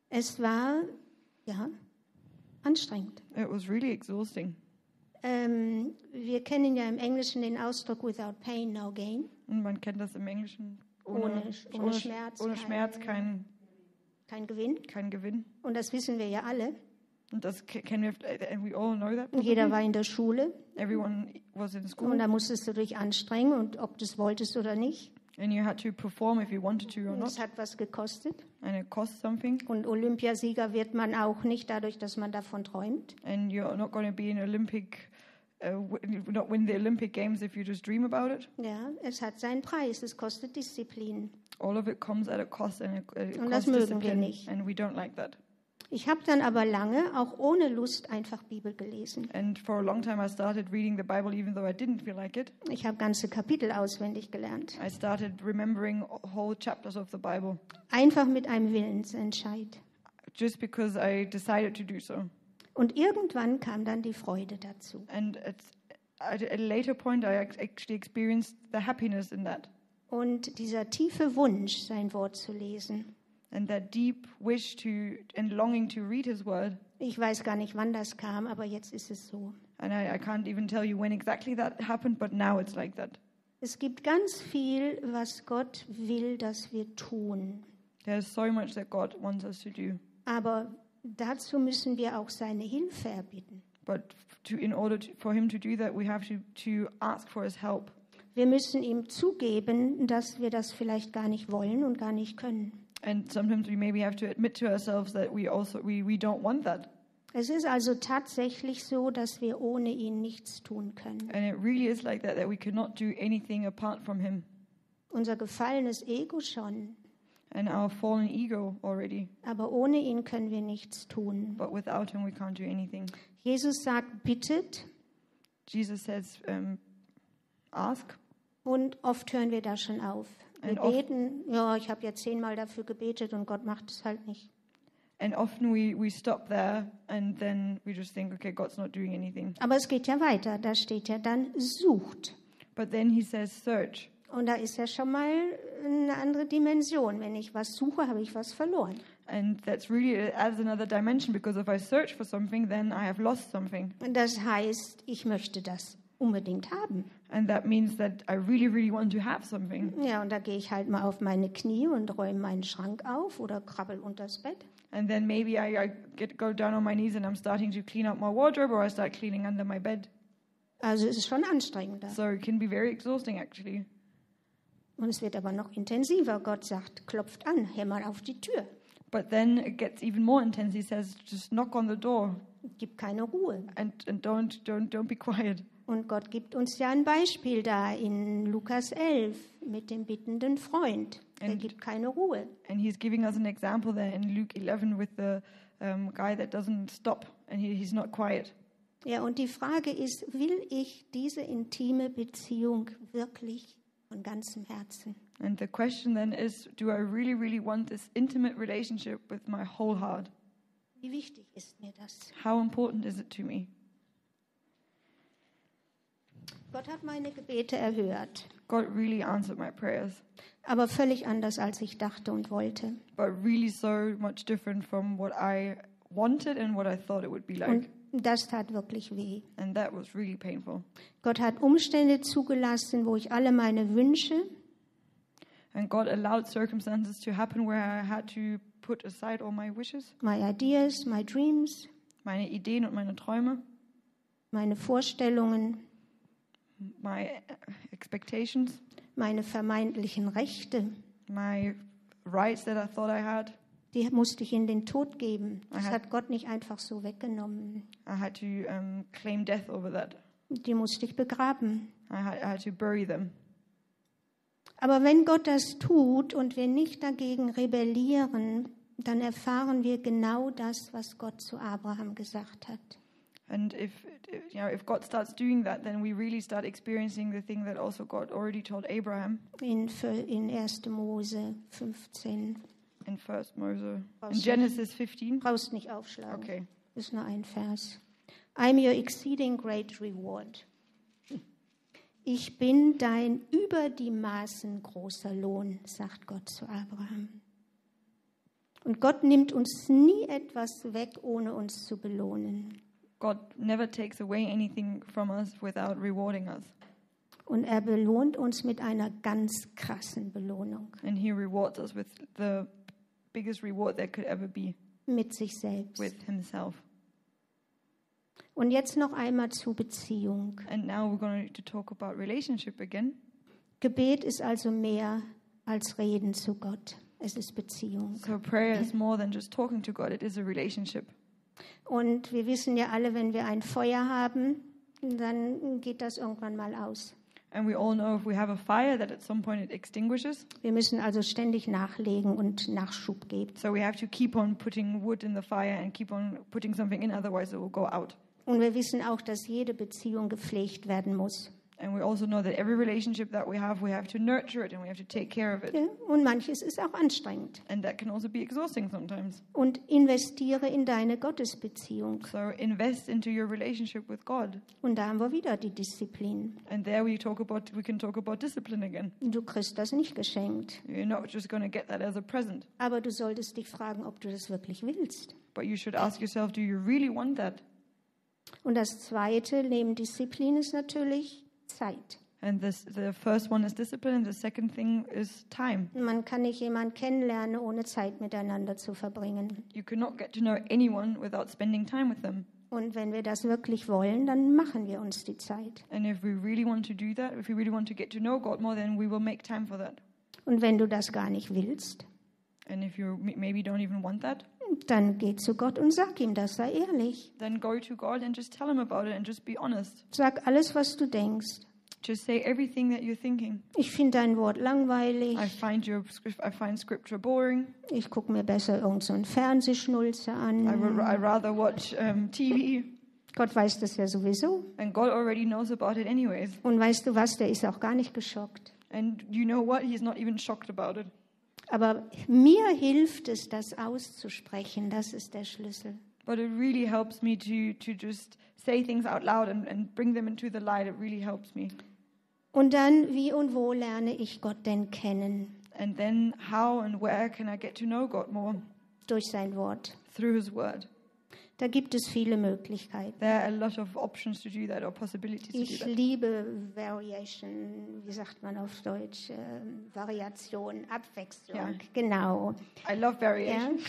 S3: Es war, ja, anstrengend.
S2: It was really exhausting.
S3: Ähm, wir kennen ja im Englischen den Ausdruck without pain, no gain.
S2: Und man kennt das im Englischen.
S3: Ohne- ohne
S2: ohne,
S3: Schmerz
S2: ohne
S3: kein-
S2: Schmerz kein,
S3: Kein Gewinn.
S2: kein Gewinn.
S3: Und das wissen wir ja alle.
S2: Und das ke- kennen wir, äh, and we all know that.
S3: Und Jeder war in der Schule
S2: Everyone was in school
S3: und da musstest du dich anstrengen und ob du es wolltest oder nicht.
S2: And you had to perform if you wanted to or
S3: Und es
S2: not.
S3: hat was gekostet.
S2: And it costs something.
S3: Und Olympiasieger wird man auch nicht dadurch, dass man davon träumt.
S2: And you're not going to be an Olympic, uh, w- not win the Olympic Games if you just dream about it.
S3: Ja, es hat seinen Preis. Es kostet Disziplin.
S2: All of it comes at a cost and it, it
S3: Und das
S2: costs
S3: mögen wir
S2: discipline.
S3: nicht.
S2: And we don't like that.
S3: Ich habe dann aber lange, auch ohne Lust, einfach Bibel gelesen.
S2: And for a long time, I started reading the Bible even though I didn't feel like it.
S3: Ich habe ganze Kapitel auswendig gelernt.
S2: I started remembering whole chapters of the Bible
S3: Einfach mit einem Willensentscheid.
S2: just because I decided to do so.
S3: Und irgendwann kam dann die Freude dazu.
S2: And at, at a later point, I ac- actually experienced the happiness in that
S3: Und dieser tiefe Wunsch, sein Wort zu lesen.
S2: and that deep wish to and longing to read His Word.
S3: Ich weiß gar nicht, wann das kam, aber jetzt ist es so.
S2: And I, I can't even tell you when exactly that happened, but now it's like that.
S3: Es gibt ganz viel, was Gott will, dass wir tun.
S2: There's so much that God wants us to do,
S3: Aber dazu müssen wir auch seine Hilfe erbitten.
S2: but to, in order to, for Him to do that, we have to, to ask for His help.
S3: Wir müssen ihm zugeben, dass wir das vielleicht gar nicht wollen und gar nicht können.
S2: And sometimes we maybe have to admit to ourselves that we also we, we don't want that.
S3: Es ist also tatsächlich so, dass wir ohne ihn nichts tun können.
S2: And it really is like that that we cannot do anything apart from Him
S3: Unser gefallenes Ego schon,
S2: and our fallen ego already.
S3: aber ohne ihn können wir nichts tun.
S2: But without Him, we can't do anything.
S3: Jesus sagt, bittet
S2: Jesus says, um, ask.
S3: und oft hören wir da schon auf. Wir
S2: Ein oft-
S3: beten, ja, ich habe ja zehnmal dafür gebetet und Gott macht es halt nicht.
S2: And often we, we stop there and then we just think, okay, God's not doing anything.
S3: Aber es geht ja weiter, da steht ja dann, sucht.
S2: But then He says, search.
S3: Und da ist ja schon mal eine andere Dimension. Wenn ich was suche, habe ich was verloren.
S2: And that's really it adds another dimension because if I search for something, then I have lost something.
S3: Und Das heißt, ich möchte das unbedingt haben.
S2: And that means that I really, really want to have something.
S3: Ja, und da gehe ich halt mal auf meine Knie und räume meinen Schrank auf oder krabbel unters Bett.
S2: And then maybe I, I get go down on my knees and I'm starting to clean up my wardrobe or I start cleaning under my bed.
S3: Also es ist schon anstrengender.
S2: So it can be very exhausting actually.
S3: Und es wird aber noch intensiver. Gott sagt, klopft an, hämmert auf die Tür.
S2: But then it gets even more intense. He says, just knock on the door
S3: Gib keine Ruhe.
S2: and, and don't don't don't be *laughs* quiet.
S3: Und Gott gibt uns ja ein Beispiel da in Lukas 11 mit dem bittenden Freund. Der
S2: Und-
S3: gibt keine Ruhe.
S2: And he's giving us an example there in Luke 11 with the um, guy that doesn't stop and he, he's not quiet.
S3: Ja, und die Frage ist, will ich diese intime Beziehung wirklich von ganzem Herzen?
S2: And the question then is, do I really really want this intimate relationship with my whole heart?
S3: Wie wichtig ist mir das?
S2: How important is it to me?
S3: Gott hat meine Gebete erhört,
S2: God really answered my prayers.
S3: aber völlig anders, als ich dachte und wollte.
S2: but really so much different from what I wanted and what I thought it would be like.
S3: Und das tat wirklich weh.
S2: and that was really painful.
S3: Gott hat Umstände zugelassen, wo ich alle meine Wünsche
S2: And God allowed circumstances to happen where I had to put aside all my wishes,
S3: My Ideas, My Dreams,
S2: meine Ideen und meine Träume,
S3: meine Vorstellungen,
S2: my expectations,
S3: meine vermeintlichen Rechte,
S2: my rights that I thought I had.
S3: die musste ich in den Tod geben. Das
S2: Aha.
S3: hat Gott nicht einfach so weggenommen.
S2: I had to um, claim death over that.
S3: Die musste ich begraben.
S2: I had, I had to bury them.
S3: Aber wenn Gott das tut und wir nicht dagegen rebellieren, dann erfahren wir genau das, was Gott zu Abraham gesagt hat.
S2: And if you know, if God starts doing that, then we really start experiencing the thing that also God already told Abraham
S3: In, Ver- in 1. Mose 15.
S2: in First Moses, in
S3: Awesome.
S2: Genesis 15.
S3: Brauchst nicht aufschlagen.
S2: Okay.
S3: Ist nur ein Vers. I'm your exceeding great reward. Ich bin dein über die Maßen großer Lohn, sagt Gott zu Abraham. Und Gott nimmt uns nie etwas weg, ohne uns zu belohnen.
S2: God never takes away anything from us without rewarding us.
S3: Und er belohnt uns mit einer ganz krassen Belohnung,
S2: And He rewards us with the biggest reward there could ever be
S3: mit sich selbst.
S2: with Himself.
S3: Und jetzt noch einmal zu Beziehung.
S2: And now we're going to talk about relationship again.
S3: Gebet ist also mehr als Reden zu Gott. Es ist Beziehung.
S2: So prayer is more than just talking to God, it is a relationship.
S3: Und wir wissen ja alle, wenn wir ein Feuer haben, dann geht das irgendwann mal aus.
S2: And we all know if we have a fire that at some point it extinguishes.
S3: Wir müssen also ständig nachlegen und Nachschub geben.
S2: So we have to keep on putting wood in the fire and keep on putting something in, otherwise it will go out.
S3: Und wir wissen auch, dass jede Beziehung gepflegt werden muss.
S2: And we also know that every relationship that we have, we have to nurture it and we have to take care of it.
S3: Ja, Und manches ist auch anstrengend.
S2: And that can also be exhausting sometimes.
S3: Und investiere in deine Gottesbeziehung.
S2: So invest into your relationship with God.
S3: Und da haben wir wieder die Disziplin.
S2: And there we talk about we can talk about discipline again.
S3: Du kriegst das nicht geschenkt.
S2: You're not just going to get that as a present,
S3: Aber du solltest dich fragen, ob du das wirklich willst.
S2: but you should ask yourself, do you really want that?
S3: Und das Zweite neben Disziplin ist natürlich Zeit.
S2: And this the first one is discipline, and the second thing is time.
S3: Man kann nicht jemanden kennenlernen, ohne Zeit miteinander zu verbringen.
S2: You cannot get to know anyone without spending time with them.
S3: Und wenn wir das wirklich wollen, dann machen wir uns die Zeit.
S2: And if we really want to do that, if we really want to get to know God more, then we will make time for that.
S3: Und wenn du das gar nicht willst,
S2: And if you m- maybe don't even want that,
S3: dann geh zu Gott und sag ihm das, sei ehrlich.
S2: then go to God and just tell Him about it and just be honest.
S3: Sag alles, was du denkst.
S2: Just say everything that you're thinking.
S3: Ich finde dein Wort langweilig.
S2: I find your scrip- I find scripture boring.
S3: Ich gucke mir besser irgendeinen so einen Fernsehschnulze
S2: I
S3: an.
S2: would I rather watch um, TV.
S3: Gott weiß das ja sowieso.
S2: And God already knows about it anyways.
S3: Und weißt du was, der ist auch gar nicht geschockt.
S2: And you know what? He's not even shocked about it.
S3: Aber mir hilft es, das auszusprechen. Das ist der Schlüssel.
S2: But it really helps me to to just say things out loud and, and bring them into the light. It really helps me.
S3: Und dann, wie und wo lerne ich Gott denn kennen?
S2: And then how and where can I get to know God more?
S3: Durch sein Wort.
S2: Through his word.
S3: Da gibt es viele Möglichkeiten.
S2: There are a lot of options to do that or possibilities to do
S3: Ich
S2: that.
S3: liebe Variation, wie sagt man auf Deutsch? Ähm, Variation, Abwechslung,
S2: Ja.
S3: genau.
S2: I love
S3: Ja.
S2: variation.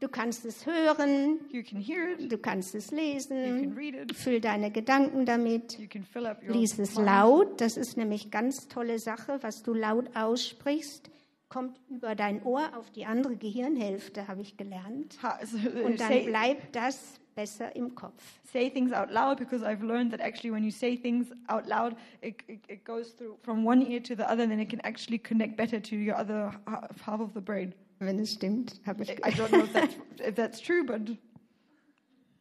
S3: Du kannst es hören,
S2: You can hear it, you
S3: du kannst es
S2: can
S3: lesen,
S2: read it,
S3: füll deine Gedanken damit,
S2: you can fill up your
S3: lies es
S2: mind.
S3: laut, das ist nämlich ganz tolle Sache, was du laut aussprichst, kommt über dein Ohr auf die andere Gehirnhälfte, habe ich gelernt.
S2: Ha- *laughs* so,
S3: Und dann
S2: say,
S3: bleibt das besser im Kopf.
S2: say things out loud because I've learned that actually when you say things out loud, it, it, it goes through from one ear to the other, then it can actually connect better to your other ha- half of the brain.
S3: Wenn es stimmt, habe ich
S2: I- I don't know if that's, *laughs* if that's true, but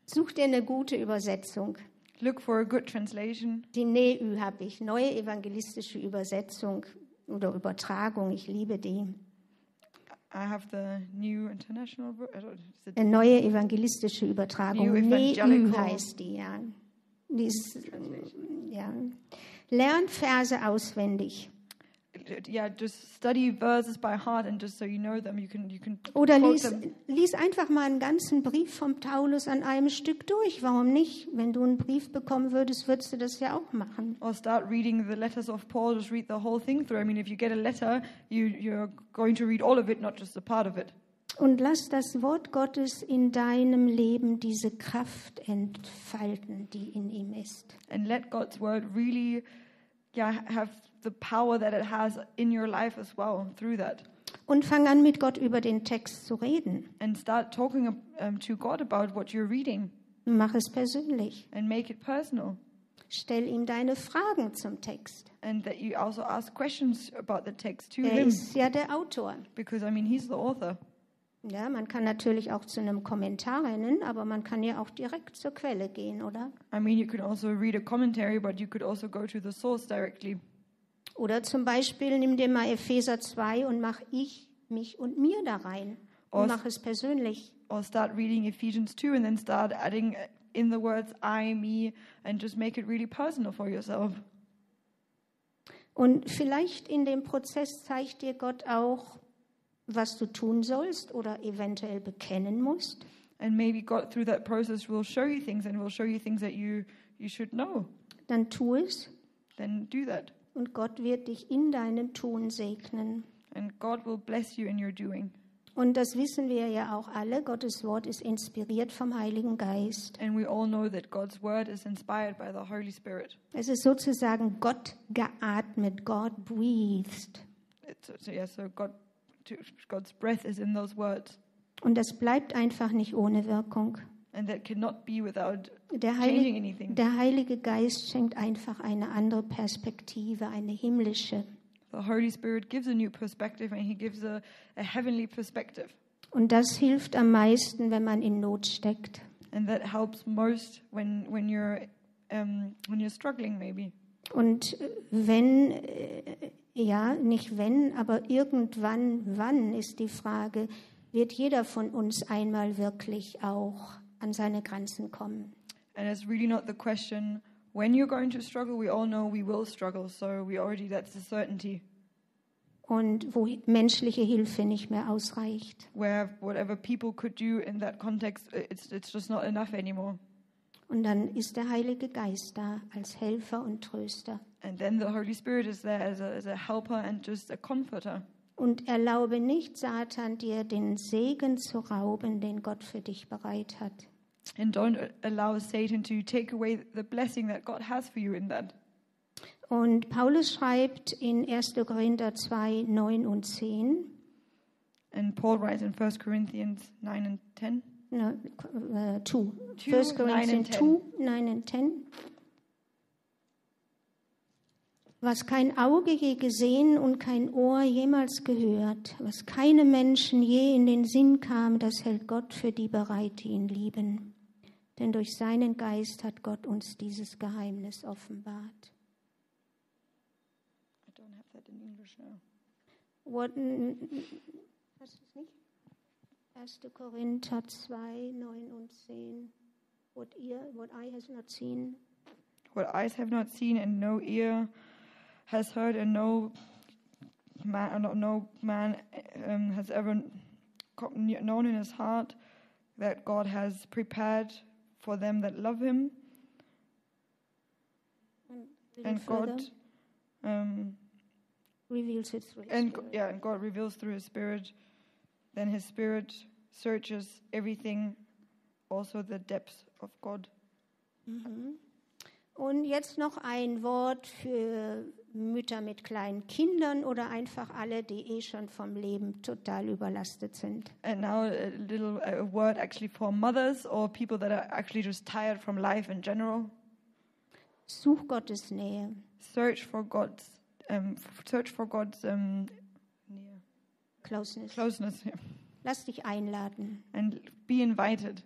S3: Such dir eine gute Übersetzung.
S2: look for a good translation.
S3: Die NEÜ habe ich, neue evangelistische Übersetzung oder Übertragung, ich liebe die.
S2: I have the new international. ver- I don't, is it
S3: Eine neue evangelistische Übertragung,
S2: New
S3: NEÜ
S2: Evangelical.
S3: heißt die, ja. Die ist, ähm, ja. Lernt Verse auswendig
S2: yeah, just study verses by heart, and just so you know them, you can you can
S3: oder
S2: quote
S3: lies,
S2: them.
S3: lies einfach mal einen ganzen Brief vom Paulus an einem Stück durch. Warum nicht? Wenn du einen Brief bekommen würdest, würdest du das ja auch machen.
S2: Or start reading the letters of Paul. Just read the whole thing through. I mean, if you get a letter, you you're going to read all of it, not just a part of it.
S3: Und lass das Wort Gottes in deinem Leben diese Kraft entfalten, die in ihm ist.
S2: And let God's word really, yeah, have the power that it has in your life as well through that.
S3: Und fang an, mit Gott über den Text zu reden.
S2: And start talking um, to God about what you're reading
S3: Mach es persönlich.
S2: and make it personal.
S3: Stell ihm deine Fragen zum Text.
S2: and that you also ask questions about the text to
S3: Er
S2: him
S3: ist ja der Autor.
S2: because I mean he's the author.
S3: Ja, man kann natürlich auch zu einem Kommentar rennen, aber man kann ja auch direkt zur Quelle gehen, oder?
S2: I mean you could also read a commentary but you could also go to the source directly.
S3: Oder zum Beispiel nimm dir mal Epheser 2 und mach ich, mich und mir da rein. Und
S2: Aus-
S3: mach es persönlich.
S2: Or start reading Ephesians 2 and then start adding uh, in the words I, me and just make it really personal for yourself.
S3: Und vielleicht in dem Prozess zeigt dir Gott auch, was du tun sollst oder eventuell bekennen musst.
S2: And maybe God through that process will show you things and will show you things that you you should know.
S3: Dann tu es
S2: Then do that.
S3: und Gott wird dich in deinem Tun segnen.
S2: And God will bless you in your doing.
S3: Und das wissen wir ja auch alle. Gottes Wort ist inspiriert vom Heiligen Geist.
S2: And we all know that God's word is inspired by the Holy Spirit.
S3: Es ist sozusagen Gott geatmet. God breathed.
S2: It's, so, yeah, so God, to- God's breath is in those words,
S3: Und das bleibt einfach nicht ohne Wirkung.
S2: and that cannot be without
S3: Der
S2: changing
S3: Heilige,
S2: anything.
S3: der Heilige Geist schenkt einfach eine andere Perspektive, eine himmlische.
S2: The Holy Spirit gives a new perspective, and He gives a, a heavenly perspective,
S3: Und das hilft am meisten, wenn man in Not steckt.
S2: and that helps most when when you're um, when you're struggling, maybe.
S3: Und äh, wenn, äh, ja, nicht wenn, aber irgendwann, wann ist die Frage, wird jeder von uns einmal wirklich auch an seine Grenzen kommen.
S2: And it's really not the question when you're going to struggle. We all know we will struggle, so we already that's a certainty.
S3: Und wo menschliche Hilfe nicht mehr ausreicht.
S2: Where whatever people could do in that context, i- it's it's just not enough anymore.
S3: Und dann ist der Heilige Geist da als Helfer und Tröster.
S2: And then the Holy Spirit is there as a, as a helper and just a comforter.
S3: Und erlaube nicht Satan dir den Segen zu rauben, den Gott für dich bereit hat.
S2: And don't allow Satan to take away the blessing that God has for you in that.
S3: Und Paulus schreibt in 1. Korinther 2, 9 und 10,
S2: And Paul writes in 1 Corinthians 9 and 10.
S3: No, uh, two.
S2: Two,
S3: First
S2: nine and
S3: Corinthians
S2: ten.
S3: two, nine and ten. Was kein Auge je gesehen und kein Ohr jemals gehört, was keinem Menschen je in den Sinn kam, das hält Gott für die bereit, die ihn lieben. Denn durch seinen Geist hat Gott uns dieses Geheimnis offenbart.
S2: I don't have that in English now.
S3: What, hast du es nicht? 1. Korinther 2, 9 und 10. What, ear, what eye has not seen,
S2: What eyes have not seen and no ear has heard and no man, no- no man um, has ever co- known in his heart that God has prepared for them that love him.
S3: little
S2: And
S3: further,
S2: God... Um,
S3: reveals it through his
S2: and g-
S3: Spirit.
S2: yeah, and God reveals through His Spirit. Then His Spirit searches everything, also the depths of God.
S3: Mhm. Und jetzt noch ein Wort für Mütter mit kleinen Kindern oder einfach alle, die eh schon vom Leben total überlastet sind.
S2: And uh, now a little a word actually for mothers or people that are actually just tired from life in general.
S3: Such Gottes Nähe.
S2: Search for God's, um, f- search for God's um,
S3: Klausnis.
S2: closeness yeah.
S3: Lass dich einladen.
S2: and be invited.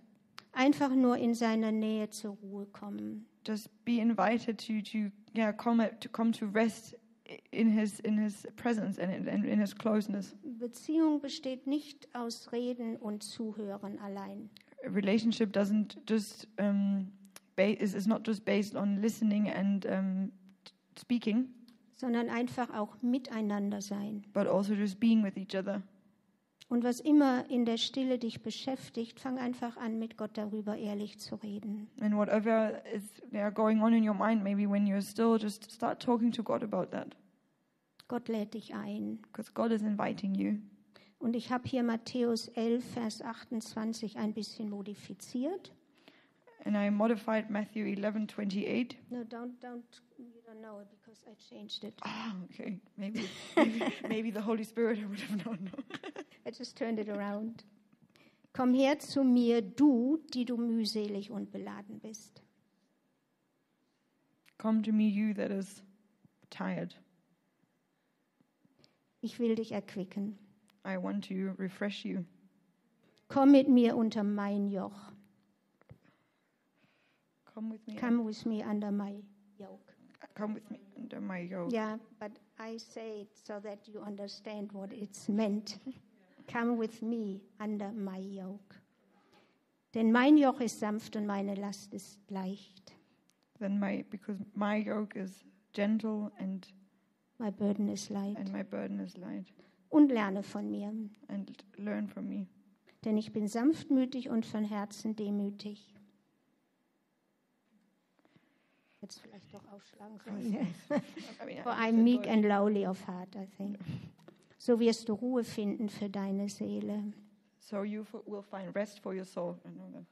S3: Einfach nur in seiner Nähe zur Ruhe kommen.
S2: Just be invited to to yeah come at, to come to rest i- in His in His presence and in, and in His closeness.
S3: Beziehung besteht nicht aus Reden und Zuhören allein.
S2: a relationship doesn't just um, ba- is, is not just based on listening and um, t- speaking,
S3: sondern einfach auch miteinander sein.
S2: but also just being with each other.
S3: Und was immer in der Stille dich beschäftigt, fang einfach an, mit Gott darüber ehrlich zu reden.
S2: And whatever is yeah, going on in your mind, maybe when you're still, just start talking to God about that,
S3: Gott lädt dich ein.
S2: because God is inviting you.
S3: Und ich habe hier Matthäus 11, Vers 28 ein bisschen modifiziert.
S2: And I modified Matthew 11:28.
S3: No, don't, don't, you don't know it because I changed it.
S2: Ah, okay, maybe, maybe
S3: *laughs*
S2: maybe the Holy Spirit. I would have known.
S3: I just turned it around. Komm her zu mir, du, die du mühselig und beladen bist.
S2: Come to me, you that is tired.
S3: Ich will dich erquicken.
S2: I want to refresh you.
S3: Komm mit mir unter mein Joch.
S2: Come with me.
S3: Come with me under my yoke.
S2: Come with me under my yoke.
S3: Yeah, but I say it so that you understand what it's meant. Come with me under my yoke. Denn mein Joch ist sanft und meine Last ist leicht.
S2: then my because my yoke is gentle and
S3: My burden is light.
S2: and my burden is light
S3: Und lerne von mir,
S2: and learn from me
S3: denn ich bin sanftmütig und von Herzen demütig. Jetzt *laughs* vielleicht doch aufschlagen sollen.
S2: I mean, I
S3: For
S2: just
S3: I'm meek
S2: enjoy-
S3: and lowly of heart, I think. So wirst du Ruhe finden für deine Seele.
S2: So you f- will find rest for your soul. And all that.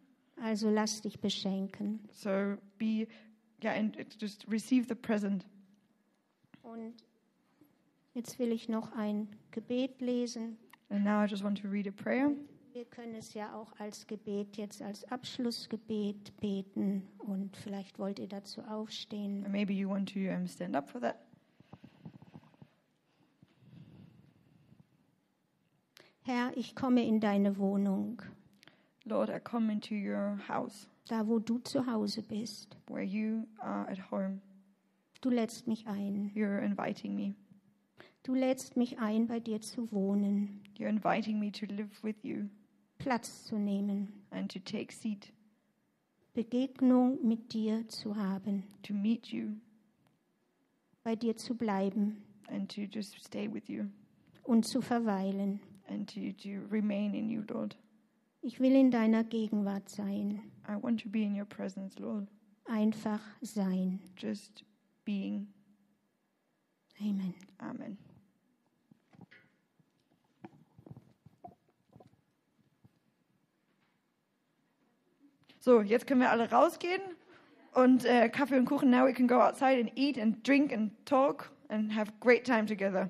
S3: Also lass dich beschenken.
S2: So be, yeah, and it's just receive the present.
S3: Und jetzt will ich noch ein Gebet lesen.
S2: And now I just want to read a prayer.
S3: Wir können es ja auch als Gebet jetzt als Abschlussgebet beten und vielleicht wollt ihr dazu aufstehen.
S2: And maybe you want to um, stand up for that.
S3: Herr, ich komme in deine Wohnung,
S2: Lord, I come into your house
S3: da wo du zu Hause bist.
S2: where you are at home.
S3: Du lädst mich ein.
S2: You're inviting me.
S3: Du lädst mich ein, bei dir zu wohnen,
S2: You're inviting me to live with you
S3: Platz zu nehmen,
S2: and to take seat,
S3: Begegnung mit dir zu haben,
S2: to meet you
S3: bei dir zu bleiben
S2: and to just stay with you
S3: und zu verweilen.
S2: and to, to remain in you, Lord.
S3: Ich will in deiner Gegenwart sein,
S2: I want to be in your presence, Lord.
S3: einfach sein.
S2: Just being.
S3: Amen.
S2: Amen. So, jetzt können wir alle rausgehen und äh, Kaffee und Kuchen. Now we can go outside and eat and drink and talk and have great time together.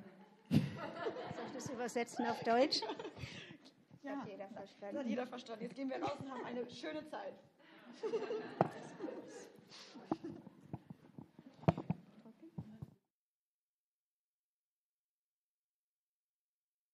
S3: Soll ich das übersetzen auf Deutsch?
S2: Ja,
S3: Jeder verstanden.
S2: das hat jeder verstanden. Jetzt gehen wir raus und haben eine schöne Zeit.